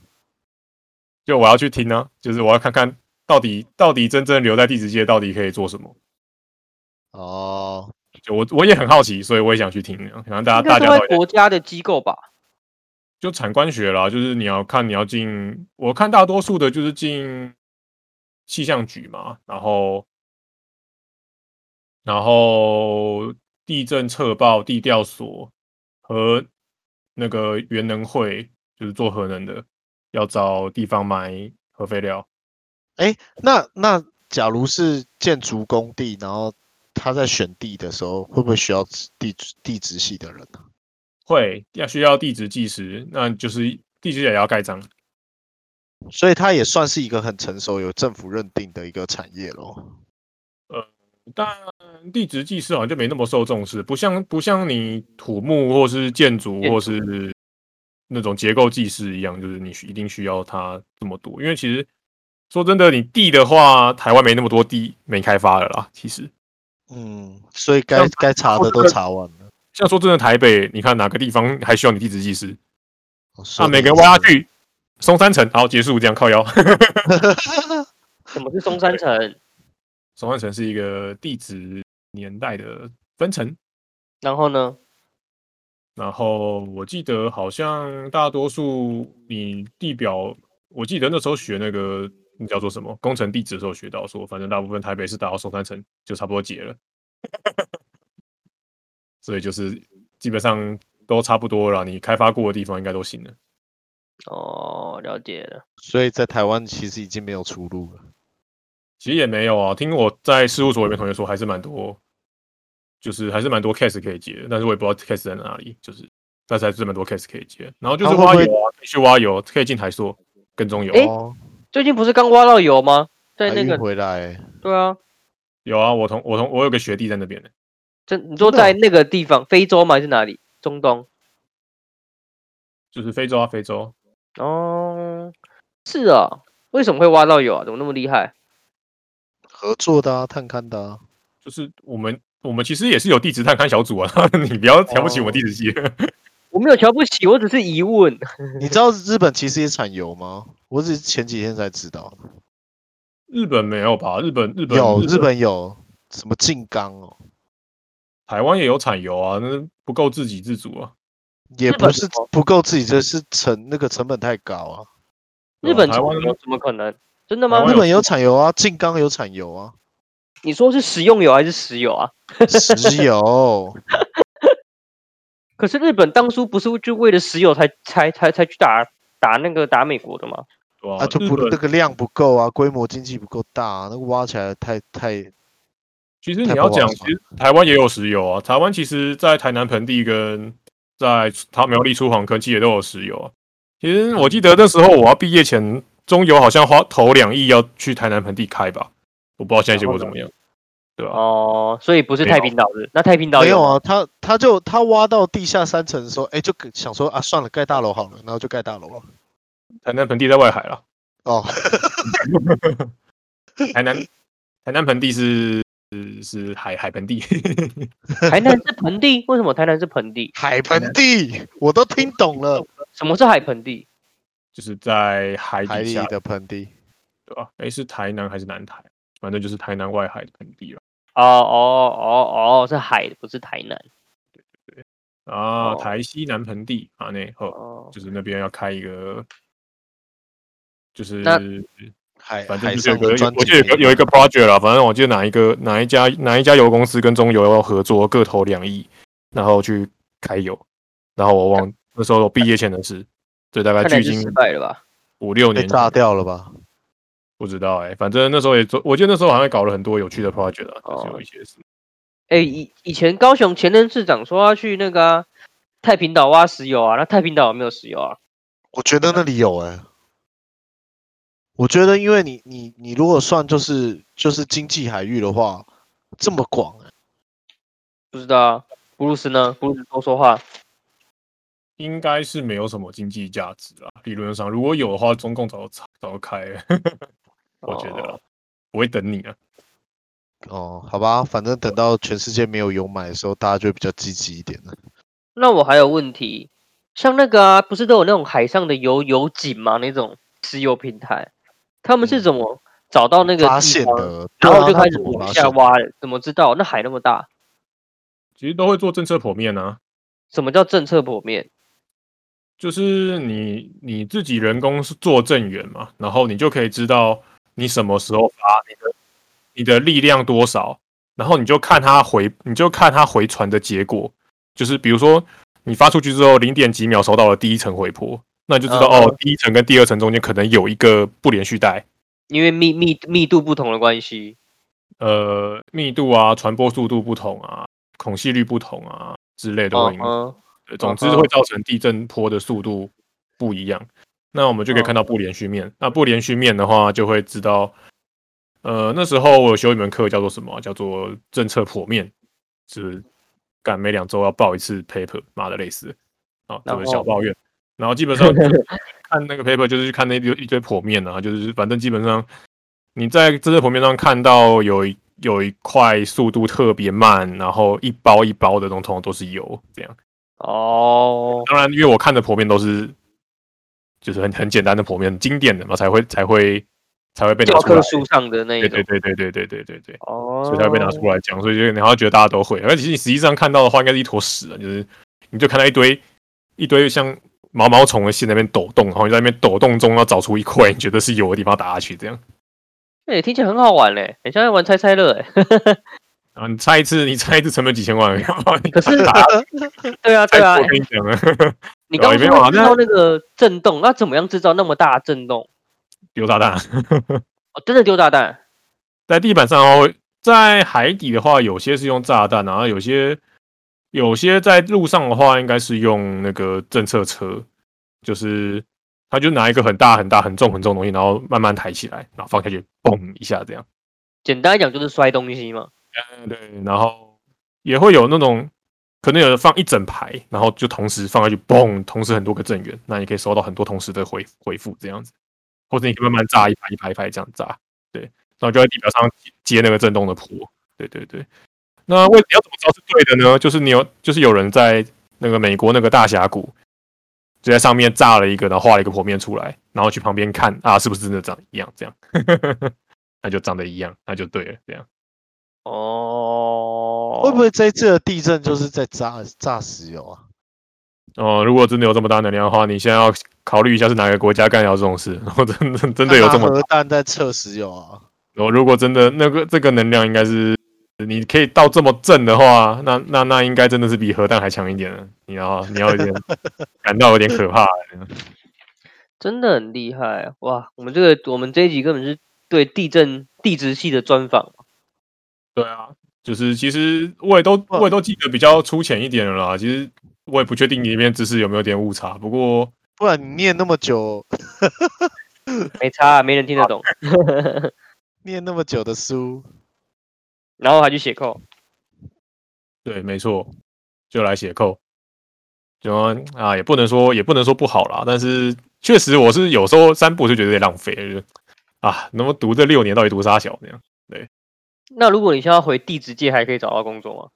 就我要去听啊，就是我要看看到底到底真正留在地质界到底可以做什么。
哦，
就我我也很好奇，所以我也想去听啊。然后大家
应该
大
是
家
在
到底在
国家的机构吧？
就产官学啦，就是你要看你要进，我看大多数的就是进气象局嘛，然后然后地震测报、地调所和那个原能会，就是做核能的，要找地方买核废料。
那那假如是建筑工地，然后他在选地的时候，会不会需要地质地质系的人啊呢、
会要需要地质技师，那就是地质也要盖章。
所以它也算是一个很成熟、有政府认定的一个产业咯。
但地质技师好像就没那么受重视，不像不像你土木或是建筑
建
或
筑
是那种结构技师一样，就是你需一定需要它这么多。因为其实说真的，你地的话，台湾没那么多地没开发了啦。其实
嗯，所以该
那
该查的都查完了。
像说真的，台北你看哪个地方还需要你地质技师
哦
啊？每个人挖下，去，松山城，好结束，这样靠腰。
说得也是
什么是松山城？
松山城是一个地质年代的分层。
然后呢？
然后我记得好像大多数你地表，我记得那时候学那个那叫做什么工程地质的时候学到说，反正大部分台北是打到松山城就差不多解了，所以就是基本上都差不多了，你开发过的地方应该都行了。
哦，了解了。
所以在台湾其实已经没有出路了。
其实也没有啊，听我在事务所里面同学说，还是蛮多，就是还是蛮多 case 可以接的，但是我也不知道 case 在哪里，就是但是还是蛮多 case 可以接。然后就是
那会不
挖
会
油啊，可以去挖油，可以进台塑跟中油。啊
诶
哦，
最近不是刚挖到油吗？在
还
那
运
个
回来，
对啊，
有啊，我同我同我有个学弟在那边呢，
这你说
真的哦
在那个地方，非洲吗？还是哪里？中东？
就是非洲啊，非洲，
哦，是啊。为什么会挖到油啊？怎么那么厉害？
合作的啊，探勘的啊。
就是我们我们其实也是有地质探勘小组啊， 你不
哦
要瞧不起我们地质系。
我没有瞧不起，我只是疑问。
你知道日本其实也产油吗？我只是前几天才知道。
日本没有吧？日本日本
有
日
日本有什么静冈哦，
台湾也有产油啊，那不够自给自足啊。
也
日
不
本
是
有
不够自己，这是成那个成本太高啊。
对
日
啊
本
台
怎
湾
么怎么可能？真的
台
吗
湾？
日
有
本有产油啊，静冈有产油啊，
你说是食用油还是石油啊？
石
哦
油。
可是日本当初不是就为了石油才才才才去打打那个打美国的吗？
对啊
啊，就
日
不那
本
个量不够啊，规模经济不够大、啊，那个挖起来太太
其实
太
你
不划
要讲，其
算
实台湾也有石油啊。台湾其实，在台南盆地跟在桃苗栗出黄坑，其实也都有石油啊。其实我记得那时候我要毕业前，中油好像花投两亿要去台南盆地开吧，我不知道现在结果怎么样，对吧、
哦，所以不是
没有
太平岛的，那太平岛
没有
吗？
啊。他他就他挖到地下三层的时候，哎，就想说啊，算了，盖大楼好了，然后就盖大楼了。
台南盆地在外海了，
哦，
台南台南盆地是是是海海盆地，
台南是盆地，为什么台南是盆地？
海盆地我都听懂了，
什么是海盆地？
就是在海
海
底
里
下，
的盆地。
对吧、诶哎，是台南还是南台？反正就是台南外海的盆地了
哦哦哦哦，是海，不是台南。
啊，
哦
台西南盆地啊，那后。
哦，
就是那边要开一个，就是
那
海
反正
海
就是
上
有个
的
有
专
我记得有个有一个 project 啦，反正我记得哪一个哪一家哪一家油公司跟中油要合作，各投两亿，然后去开油，然后我忘那时候我毕业前的事，对，大概
看来
距
是
今
失败了吧？
五六
被
年
炸
前，
掉了吧？
不知道哎、反正那时候也做，我记得那时候好像也搞了很多有趣的 project 啊，就是
哦
有一些什么
哎、以以前高雄前任市长说要去那个啊、太平岛挖石油啊，那太平岛有没有石油啊？
我觉得那里有哎、我觉得因为你你你如果算就是就是经济海域的话，这么广、欸，
不知道啊。布鲁斯呢？布鲁斯多说话。
应该是没有什么经济价值啦，理论上如果有的话，中共早就早就开了， 我觉得啦
哦
不会等你啊。
哦，好吧，反正等到全世界没有油买的时候，大家就会比较积极一点了。
那我还有问题，像那个啊，不是都有那种海上的游游井吗？那种石油平台，他们是
嗯
怎么找到那个
发
地
现
方，
的，对
然
啊
后就
他
开始
怎么
往
发
下
现
挖哦的？怎么知道那海那么大？
其实都会做政策剖面啊，
什么叫政策剖面？
就是你你自己人工是做正源嘛，然后你就可以知道你什么时候发你的你的力量多少，然后你就看它回你就看它回传的结果，就是比如说你发出去之后零点几秒收到了第一层回波，那你就知道、
嗯
哦，第一层跟第二层中间可能有一个不连续带，
因为密密密度不同的关系，
呃，密度啊、传播速度不同啊、孔隙率不同啊之类都会
嗯
影响。
嗯，
对总之
嗯哼
会造成地震波的速度不一样。那我们
嗯
就可以看到不连续面。那不连续面的话，就会知道，呃，那时候我有修一门课叫做什么啊？叫做政策剖面，是赶每两周要报一次 paper，妈的累死了啊！这
然
个
后
小抱怨。然后基本 上就是看那个 paper 就是去看那堆一堆剖面啊，就是反正基本上你在这些剖面上看到有一有一块速度特别慢，然后一包一包的东西通通都是油这样。
哦，
当然，因为我看的剖面都是就是很很简单的剖面，经典的嘛，才会才会才会被拿
教
出来
科。书上的那一
对
种
对，对对对对对对对，
哦，
所以才会被拿出来讲。所以就然后觉得大家都会，而其实你实际上看到的话，应该是一坨屎啊，就是你就看到一堆一堆像毛毛虫的线在那边抖动，然后你在那边抖动中要找出一块你觉得是油的地方打下去，这样。
哎、听起来很好玩嘞，很像在玩猜猜乐哎。
然后你猜一次，你猜一次成本几千万，然后你
可是， 对啊，
猜
对啊
错，我跟你讲啊，
你刚刚
没
说
有啊
要制
那
造那个震动，那怎么样制造那么大的震动？
丢炸弹。
哦，真的丢炸弹？
在地板上的话会，在海底的话，有些是用炸弹啊，然后有些有些在路上的话，应该是用那个政策车，就是他就拿一个很大很大很重很重的东西，然后慢慢抬起来，然后放下去，嘣一下这样。
简单来讲就是摔东西嘛。
嗯，对，然后也会有那种可能有人放一整排，然后就同时放下去，嘣，同时很多个正源，那你可以收到很多同时的回回复这样子，或者你可以慢慢炸一排一排一排这样炸，对，然后就在地表上接那个震动的波，对对对。那为你要怎么知道是对的呢？就是你有，就是有人在那个美国那个大峡谷，就在上面炸了一个，然后画了一个剖面出来，然后去旁边看啊，是不是真的长一样？这 样，那就长得一样，那就对了，这样。
哦，
会不会这一次的地震就是在炸炸石油啊？
哦，如果真的有这么大能量的话，你现在要考虑一下是哪个国家干掉这种事。 然后真真真的有
那
这
拿
么，
核弹在测石油啊？
然后如果真的那个这个能量应该是你可以到这么正的话，那那那应该真的是比核弹还强一点了。你要你要有点感到有点可怕。
真的很厉害啊哇！我们这个我们这一集根本是对地震地质系的专访。
对啊，就是其实我也都我也都记得比较粗浅一点了啦。其实我也不确定你那边知识有没有点误差，不过
不然你念那么久，
没差啊、没人听得懂，
念那么久的书，
然后还去写扣。
对，没错，就来写扣。就啊，也不能说也不能说不好啦，但是确实我是有时候三步就觉得有点浪费，就是啊，那么读这六年到底读啥小那样？
那如果你现在回地质界，还可以找到工作吗？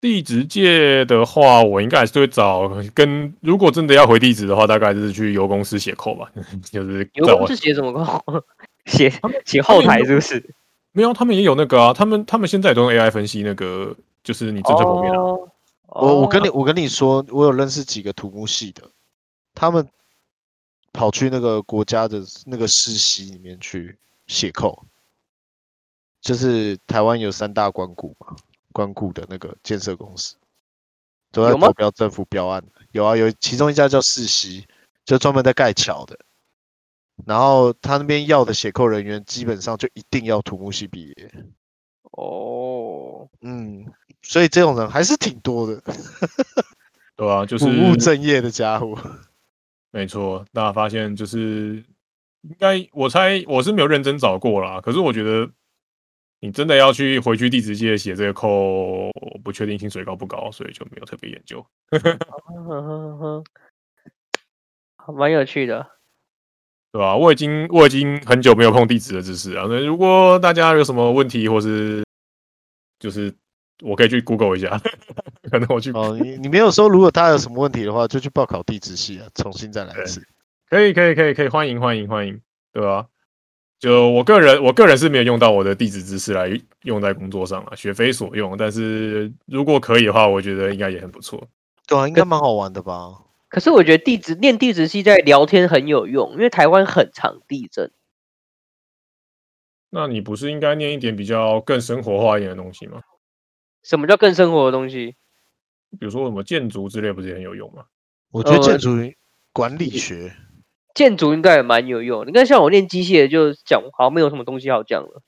地质界的话，我应该还是会找跟如果真的要回地质的话，大概就是去油公司写扣吧， 就是
有
找啊
公是写什么工？ 写写后
们
台
有
是不是？
没有他们也有那个啊，他们他们现在也都用 AI 分析那个，就是你政策剖面啊，
哦，
我我跟
哦
你我跟你说，我有认识几个土木系的，他们跑去那个国家的那个世袭里面去写扣，就是台湾有三大关谷嘛，关谷的那个建设公司都在
有吗
投标政府标案的，有啊有，其中一家叫世袭，就专门在盖桥的。然后他那边要的写扣人员，基本上就一定要土木系毕业，
哦，
嗯，所以这种人还是挺多的，
对啊，就是
不
嗯
务正业的家伙。
没错，大家发现就是应该，我猜我是没有认真找过啦。可是我觉得你真的要去回去地质界写这个扣，我不确定薪水高不高，所以就没有特别研究。
哼哼哼哼蛮有趣的。
对吧、我已经我已经很久没有碰地址的知识啊。那如果大家有什么问题，或是就是我可以去 Google 一下， 可能我去
哦，你你没有说如果他有什么问题的话，就去报考地质系啊，重新再来一次。
可以，可以，可以，可以，欢迎，欢迎，欢迎，对吧、就我个人，我个人是没有用到我的地址知识来用在工作上了，学非所用。但是如果可以的话，我觉得应该也很不错。
对啊，应该蛮好玩的吧？
可是我觉得地质练地质系在聊天很有用，因为台湾很常地震。
那你不是应该念一点比较更生活化一点的东西吗？
什么叫更生活的东西？
比如说什么建筑之类，不是也很有用吗？
我觉得
呃
建筑管理学，
建筑应该也蛮有用的。你看，像我练机械就讲，好像没有什么东西好讲了。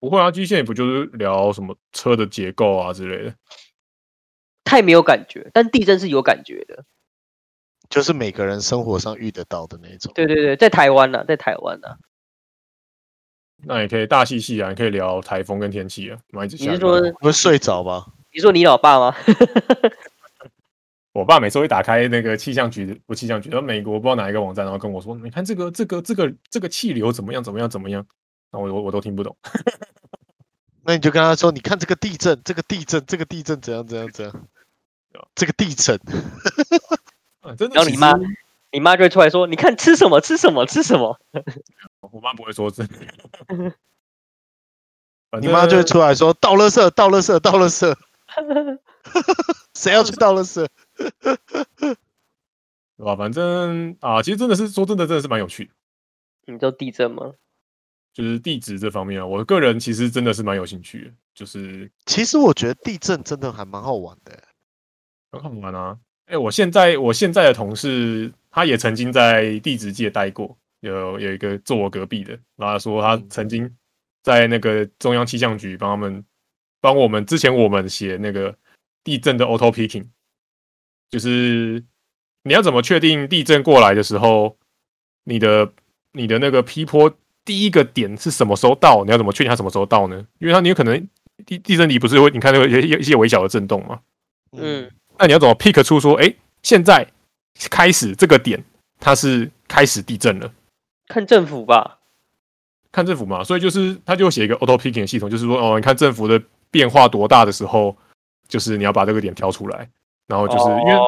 不会啊，机械不就是聊什么车的结构啊之类的？
太没有感觉，但地震是有感觉的。
就是每个人生活上遇得到的那种。
对对对，在台湾呢、在台湾呢、
那也可以大细细啊，你可以聊台风跟天气啊。妈一直
你
下
是
雨啊
说
不会睡着吧？
你说你老爸吗？
我爸每次会打开那个气象局的，不气象局，然后美国不知道哪一个网站，然后跟我说，你看这个这个这个这个气流怎么样怎么样怎么样，那我我我都听不懂。
那你就跟他说，你看这个地震，这个地震，这个地震怎样怎样怎样，这个地震，
啊、真的，
然后你妈，你妈就会出来说：“你看吃什么吃什么吃什么。
我妈不会说 这，反
你妈就会
正
出来说倒垃圾，倒垃圾，倒垃 圾，谁要去倒垃圾？
对吧？反正啊，其实真的是说真的，真的是蛮有趣的，”
你知道地震吗？
就是地址这方面啊，我个人其实真的是蛮有兴趣的，就是
其实我觉得地震真的还蛮好玩的欸，
很好玩啊。哎、我现在我现在的同事，他也曾经在地质界待过，有有一个坐我隔壁的，然后他说他曾经在那个中央气象局帮他们帮我们之前我们写那个地震的 auto picking，就是你要怎么确定地震过来的时候，你的你的那个 P 坡第一个点是什么时候到？你要怎么确定它什么时候到呢？因为它你有可能地地震里不是会你看那个一些一些微小的震动吗？
嗯，
那你要怎么 pick 出说，哎、现在开始这个点它是开始地震了？
看政府吧。
看政府嘛，所以就是他就写一个 auto picking 的系统，就是说，哦，你看政府的变化多大的时候，就是你要把这个点挑出来，然后就是、因为
哦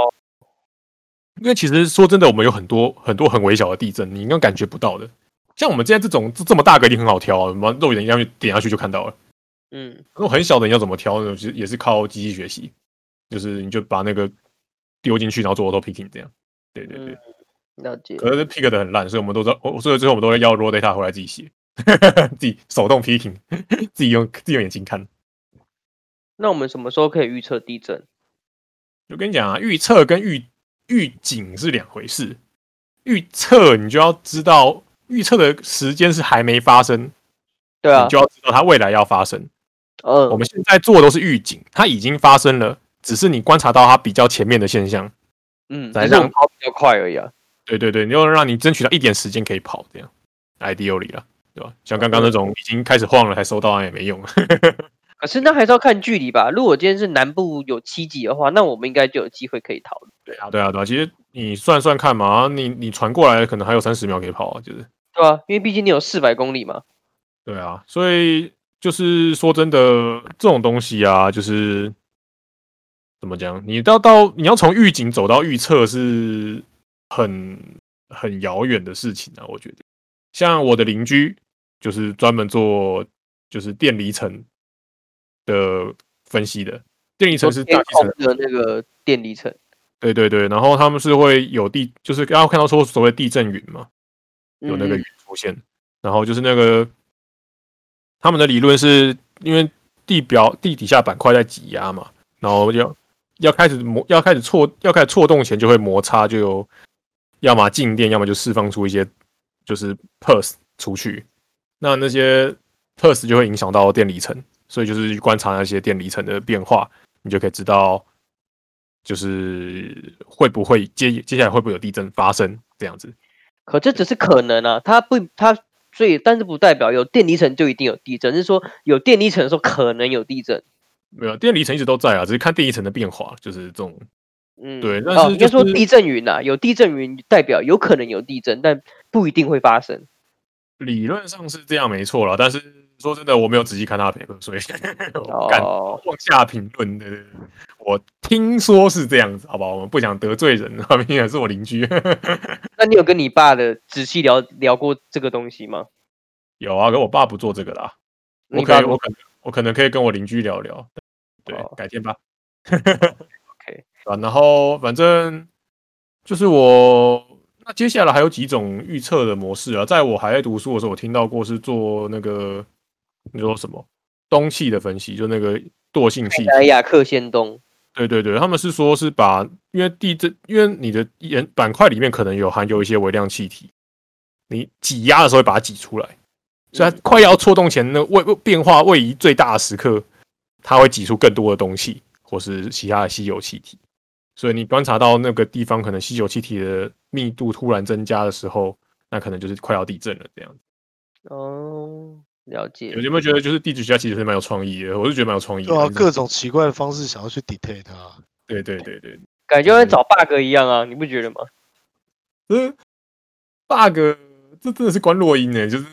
因为其实说真的，我们有很多很多很微小的地震，你应该感觉不到的。像我们现在这种这这么大个一定很好挑啊，我们肉眼一样点下去就看到了。
嗯，
那种很小的你要怎么挑呢？其实也是靠机器学习，就是你就把那个丢进去，然后做 auto picking 这样。对对对。
嗯了解。
可是 pick 的很烂，所以我们都知道，哦所以最后我们都会要 raw data 回来自己写，自己手动 picking，自 己用自己用眼睛看。
那我们什么时候可以预测地震？
我跟你讲啊，预测跟预预警是两回事。预测你就要知道，预测的时间是还没发生，
对啊
你，就要知道它未来要发生。
嗯，
我们现在做的都是预警，它已经发生了，只是你观察到它比较前面的现象。
嗯，
来
只是我
让
们跑比较快而已啊。
对对对，你要让你争取到一点时间可以跑，这样 ideally 啦，对吧？像刚刚那种已经开始晃了才收到，那也没用。
可是那还是要看距离吧。如果今天是南部有七级的话，那我们应该就有机会可以逃。
对啊，对啊，对啊。其实你算算看嘛，啊你你传过来可能还有三十秒可以跑啊，就是
对啊，因为毕竟你有四百公里嘛。
对啊。所以就是说真的，这种东西啊，就是怎么讲，你到到你要从预警走到预测是很很遥远的事情啊，我觉得。像我的邻居就是专门做就是电离层的分析的，哦电离层是大
天
气层
空的那个电离层。
对对对，然后他们是会有地，就是刚刚看到说所谓地震云嘛，有那个
嗯
云出现，然后就是那个他们的理论是因为地表地底下板块在挤压嘛，然后要要开始磨，要开始错，要开始错动前就会摩擦，就有要么静电，要么就释放出一些就是 pulse 出去，那那些 pulse 就会影响到电离层，所以就是去观察那些电离层的变化，你就可以知道。就是会不会接接下来会不会有地震发生这样子？
可这只是可能啊，它不它所以，但是不代表有电离层就一定有地震，是说有电离层的时候可能有地震。
没有，电离层一直都在啊，只是看电离层的变化，就是这种。
嗯，
对但
哦
是
应该
就
说
是
地震云呐、啊有地震云代表有可能有地震，但不一定会发生。
理论上是这样没错啦，但是说真的，我没有仔细看他的 paper，所以 我敢
哦，
往下评论的。对对对我听说是这样子，好不好？我们不想得罪人， 他们也是我邻居。
那你有跟你爸的仔细聊聊过这个东西吗？
有啊，可我爸不做这个啦。我
你
可
爸
以，我可能我可能可以跟我邻居聊聊，对，
哦
改天吧。OK，啊，然后反正就是我那接下来还有几种预测的模式啊，在我还在读书的时候，我听到过是做那个你说什么东气的分析，就那个惰性系
莱雅克仙东，
对对对，他们是说是把因为地震，因为你的岩板块里面可能有含有一些微量气体，你挤压的时候会把它挤出来，所以
嗯
它快要错动前那个位位变化位移最大的时刻，它会挤出更多的东西或是其他的稀有气体。所以你观察到那个地方可能稀有气体的密度突然增加的时候，那可能就是快要地震了这样。
哦，了解
有。有没有觉得就是地质学家其实是蛮有创意的？我是觉得蛮有创意的。
对啊，
就是
各种奇怪的方式想要去 detect 它。
对对对对
感觉跟
嗯
找 bug 一样啊，你不觉得吗？
这 bug 这真的是关落音呢，就是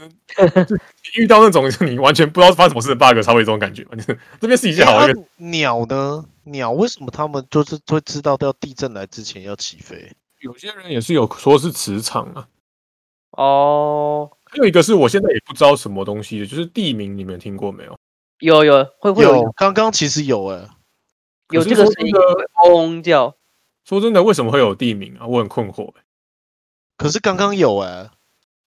就遇到那种就你完全不知道发生什么事的 bug 才会有这种感觉嘛。就是这边试一下好
哎
了，
啊
就
鸟呢？鸟为什么他们就是会知道要地震来之前要起飞？
有些人也是有说是磁场啊，
哦，
还有一个是我现在也不知道什么东西的，就是地名，你们听过没有？
有有会会
有
有，
刚刚其实有哎、
有
可是
这个
说
声音
真的
会嗡嗡叫，
说真的，为什么会有地名啊？我很困惑欸、
可是刚刚有哎、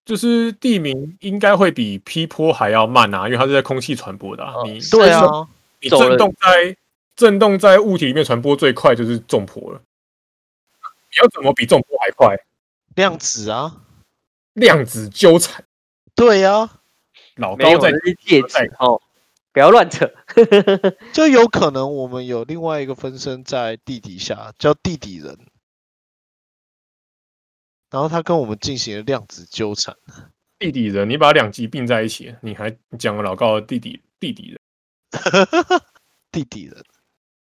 就是地名应该会比劈波还要慢啊，因为它是在空气传播的、啊
哦。
你
对啊，
你
走
震
了
动在震动在物体里面传播最快就是重波了。你要怎么比重波还快？啊
量子啊，
量子纠缠，
对啊呀、
老
没
哦高
有
在
那是戒
在
指哦，不要乱扯。
就有可能我们有另外一个分身在地底下，叫地底人，然后他跟我们进行了量子纠缠。
地底人，你把两集并在一起，你还讲了老高的弟弟弟弟人，
地底人，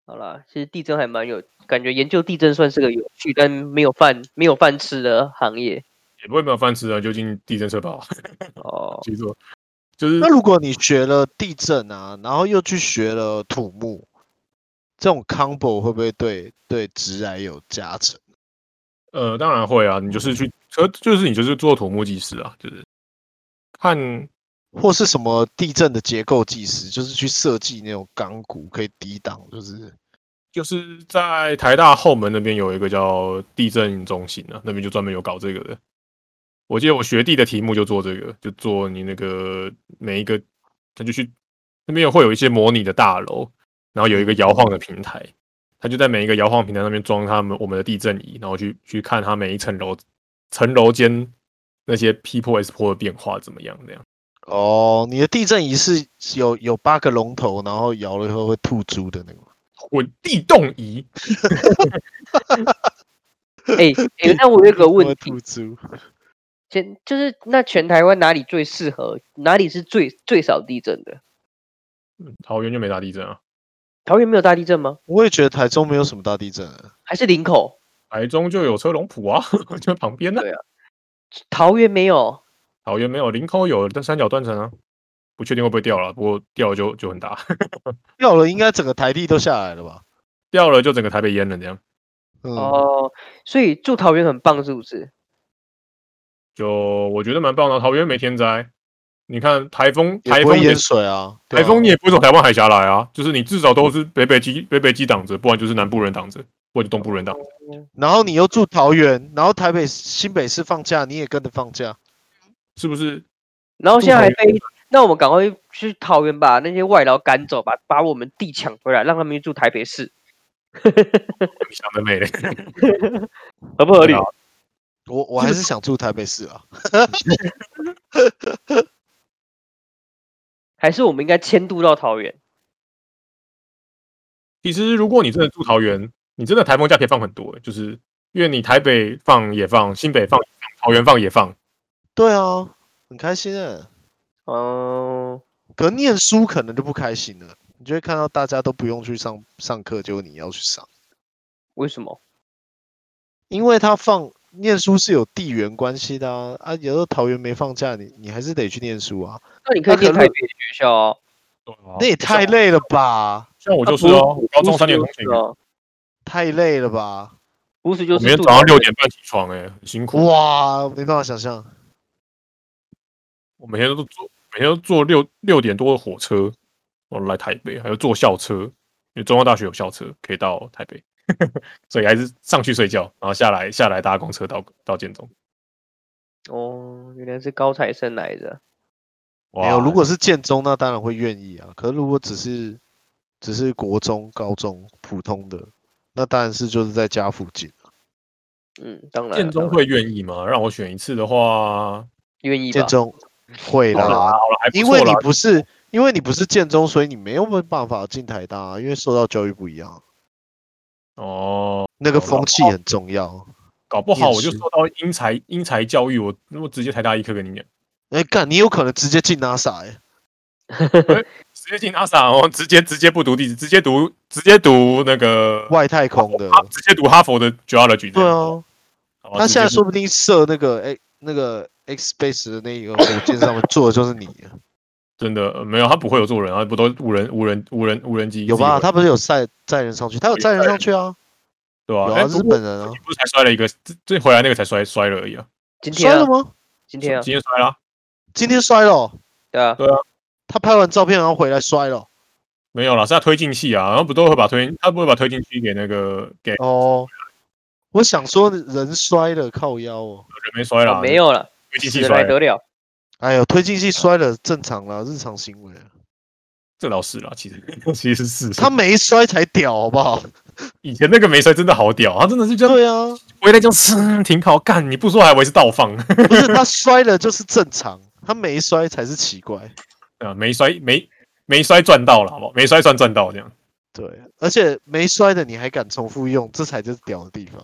好啦，其实地震还蛮有感觉，研究地震算是个有趣但没有饭没有饭吃的行业
也不会没有饭吃啊，就进地震社保，
哦。
其实我就是
那如果你学了地震啊，然后又去学了土木，这种 combo 会不会对对直癌有加成？
呃，当然会啊，你就是去，呃，就是你就是做土木技师啊，就是看
或是什么地震的结构技师，就是去设计那种钢骨可以抵挡，就是
就是在台大后门那边有一个叫地震中心啊，那边就专门有搞这个的。我记得我学弟的题目就做这个，就做你那个每一个，他就去那边会有一些模拟的大楼，然后有一个摇晃的平台，他就在每一个摇晃平台那边装他们我们的地震仪，然后去去看它每一层楼层楼间那些 P 波 S 波的变化怎么样这样。
哦，你的地震仪是有有八个龙头，然后摇了以后会吐珠的那个吗。
滚地动仪，
哎哎，那我有个问
会
题
吐，珠。
全就是那全台湾哪里最适合，哪里是最最少地震的？
嗯桃园就没大地震啊，
桃园没有大地震吗？
我也觉得台中没有什么大地震啊、
还是林口？
台中就有车龙埔啊， 就旁边呢、
对桃园没有，
桃园没有，林口有，但三角断层啊，不确定会不会掉了，不过掉了就就很大，
掉了应该整个台地都下来了吧？
掉了就整个台北淹了，这样
嗯，
哦，所以住桃园很棒，是不是？
就我觉得蛮棒的。啊桃园没天灾，你看台风，
也
台
不
风
会
也
淹水啊，对
台
啊
风你也不会从台湾海峡来啊，就是你至少都是北北基北北基挡着，不然就是南部人挡着，或者东部人挡着。
然后你又住桃园，然后台北新北市放假，你也跟着放假。
是不是？
然后
住
现在
桃
还
园
被，那我们赶快去桃园把那些外劳赶走，把把我们地抢回来，让他们去住台北市，
你想得 美嘞！
合不合理
对啊？
我我还是想住台北市啊。
还是我们应该迁都到桃园？
其实如果你真的住桃园，你真的台风假可以放很多、欸就是因为你台北放也放，新北放也放，桃园放也放，
对啊，很开心啊。
哦、
可能念书可能就不开心了，你就会看到大家都不用去上上课，结果你要去上，
为什么？
因为他放念书是有地缘关系的啊啊，有时候桃园没放假，你你还是得去念书啊，
那你可
那
以
可
念台
能
北的学校啊，
哦
那也太累了吧，
像我
啊
就是哦，
不
我高中三年
不
同
是
学，
啊，
太累了吧，
不是
我
就
每
是
天
肚
早上
子
六
饿
点半起床，哎，很辛苦。
哇，没办法想象，
我每天都坐，每天都坐六六点多的火车，我来台北，还有坐校车，因为中央大学有校车可以到台北， 所以还是上去睡觉，然后下来下来搭公车到到建中。
哦，原来是高材生来的。
没有，哎如果是建中，那当然会愿意啊，可是如果只是只是国中、高中普通的，那当然是就是在家附近，
嗯，当然
建
了
中
当然
会愿意吗？让我选一次的话，
愿意吧
建？中会
好啦
啦，
好了，还不
因
错
为你
啦。
不是因为你不是建中，所以你没有办法进台大、啊，因为受到教育不一样，
哦，
那个
好啦
风气很重要。
搞不好
也
我就是受到英才英才教育，我如果直接台大医科跟你讲，
哎，干，你有可能直接进 NASA 哎、
直接进阿萨哦，直接直接不读地质，直接读直接读那个
外太空的。
哈直接读哈佛的 geology 这
对
样。
啊，
好吧
他
哦直
现在
接
说不定射那个哎那个 X Space 的那一个火箭上面做的就是你，啊
真的呃没有，他不会有做人啊，不都无人无人无人无人机
有吧？
自己
他不是有载载人上去，他有载人上去啊，
对吧、
有啊，
啊？哎，
日
不过
本人啊
你，不是才摔了一个，这这回来那个才摔摔了而已啊，
今天
摔
啊
了，吗？
今天啊，
今天摔了啊、
今天摔了哦，
对啊，
他拍完照片然后回来摔了
没有啦，是他推进器啊，然后不都会把推他不会把推进器给那个给
哦。我想说人摔了靠腰哦，
人没摔了、
哦没有了，
推进器
死了
摔
还
了，
得了？
哎呦，推进器摔了正常啦，日常行为啊。
这倒是啦，其实其实是
他没摔才屌好不好？
以前那个没摔真的好屌，他真的是这样
对啊，
回来这样呲挺好干，你不说还以为是倒放
不是他摔了就是正常，他没摔才是奇怪。
啊，没摔没没摔赚到了，好不好？没摔算赚到这样，
对，而且没摔的你还敢重复用，这才就是屌的地方。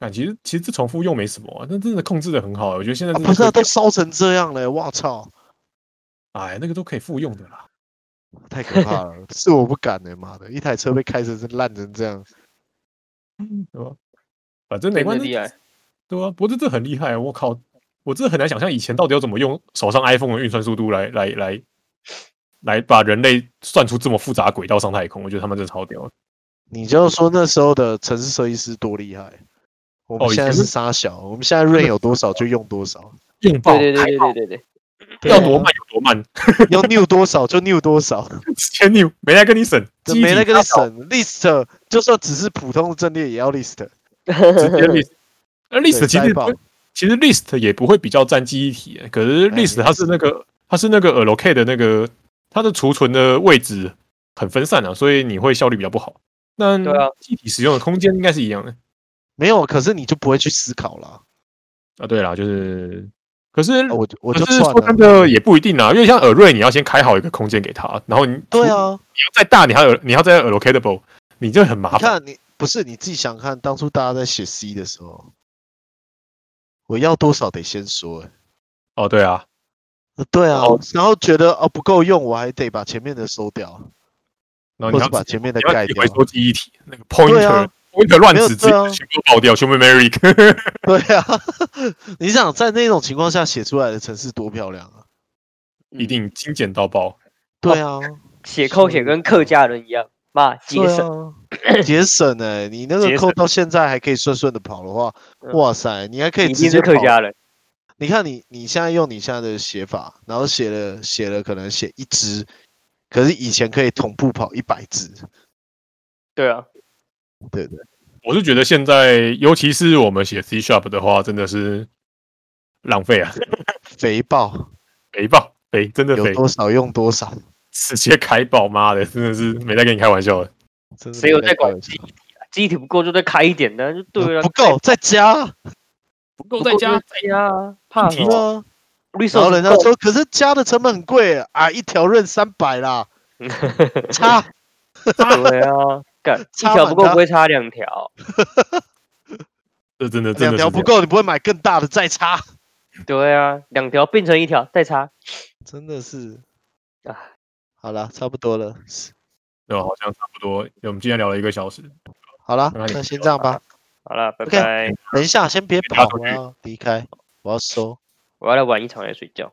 啊，其实其实这重复用没什么啊，但真的控制的很好、我觉得现在
啊、
真的
不是、
会
啊、都烧成这样了，哇操，
哎那个都可以复用的啦。
太可怕了！ 是我不敢呢、妈的，一台车被开成是烂成这样，嗯
对吧？反正没
真的
关系
厉，害，
对啊，不过这这很厉害，我靠，我真的很难想象以前到底要怎么用手上 iPhone 的运算速度来来来来把人类算出这么复杂的轨道上太空，我觉得他们真的超屌的。
你就说那时候的城市设计师多厉害。我
哦
们
以
现在
前
是
是
沙小，我们现在润有多少就用多少，
用爆
对对对
开
对
爆
对对对，
要多慢有多慢，
要 new 多少就 new 多少，
千牛没来跟你省，
这没那
跟
个省 list，就算只是普通的阵列也要 list。
直 接 list，而 list
对
其
摘
实不
爆
会其实 list 也不会比较占记忆体，可是
哎
list
也
它是那个它是那个 allocate 的那个它的储存的位置很分散啊，所以你会效率比较不好。但
对
嗯
啊
记忆体使用的空间应该是一样的
没有，可是你就不会去思考啦。
啊。对啦，就是可是
啊我就我
嗯可
就是算
说真
了。
的也不一定啊，因为像 array 你要先开好一个空间给它，然后你
对，啊，
你要再大，你还有你要再 allocatable，你就很麻
你
烦。
看你不是你自己想看，当初大家在写 C 的时候，我要多少得先说、欸。
哦，对啊，
呃对啊
哦，
然后觉得哦不够用，我还得把前面的收掉，
然
或
后哦你
者
要
把
自己
前面的
你要
盖
自己
掉
回。收记忆体那个
对
pointer、
啊，
pointer 乱
没有
指直接
对啊
全部爆掉，全部 Merrick。
对啊， 你想在那种情况下写出来的城市多漂亮啊！
一定精简到爆。
对啊，
写扣写跟客家人一样，妈节省，
对啊节省哎、你那
节
个
省
扣到现在还可以顺顺的跑的话，
嗯
哇塞，你还可以
你一
直
定
接
是客
跑
家人，
你看你你现在用你现在的写法，然后写了写了可能写一只，可是以前可以同步跑一百只。
对啊，
我是觉得现在，尤其是我们写 C sharp 的话，真的是浪费啊，
肥爆
肥爆肥，真的
有
肥，
多少用多少，
直接开爆，妈的，真的是没在跟你开玩笑的。
真的
谁有
没
在管
玩笑
记忆体啊？记忆体不够就再开一点的，就对了，啊
不够，再加。
不够
不够就再加啊，怕什
提
对
么？
啊，
绿色
然后人家说，可是加的成本很贵啊，一条润三百 啦，差
对啊，干一
插
条
满
不够
它
不会插两条，
这真的真的
两条
是这
不
样，
够，你不会买更大的再差，
对啊，两条变成一条再插，
真的是
唉。
好了，差不多了，
啊对吧？好像差不多，我们今天聊了一个小时，
好了，
那你
那先这样吧。
好了，拜
OK
拜
等一下，先别
他
跑，
出
我
去
要离开，我要收。
我要来玩一场来睡觉。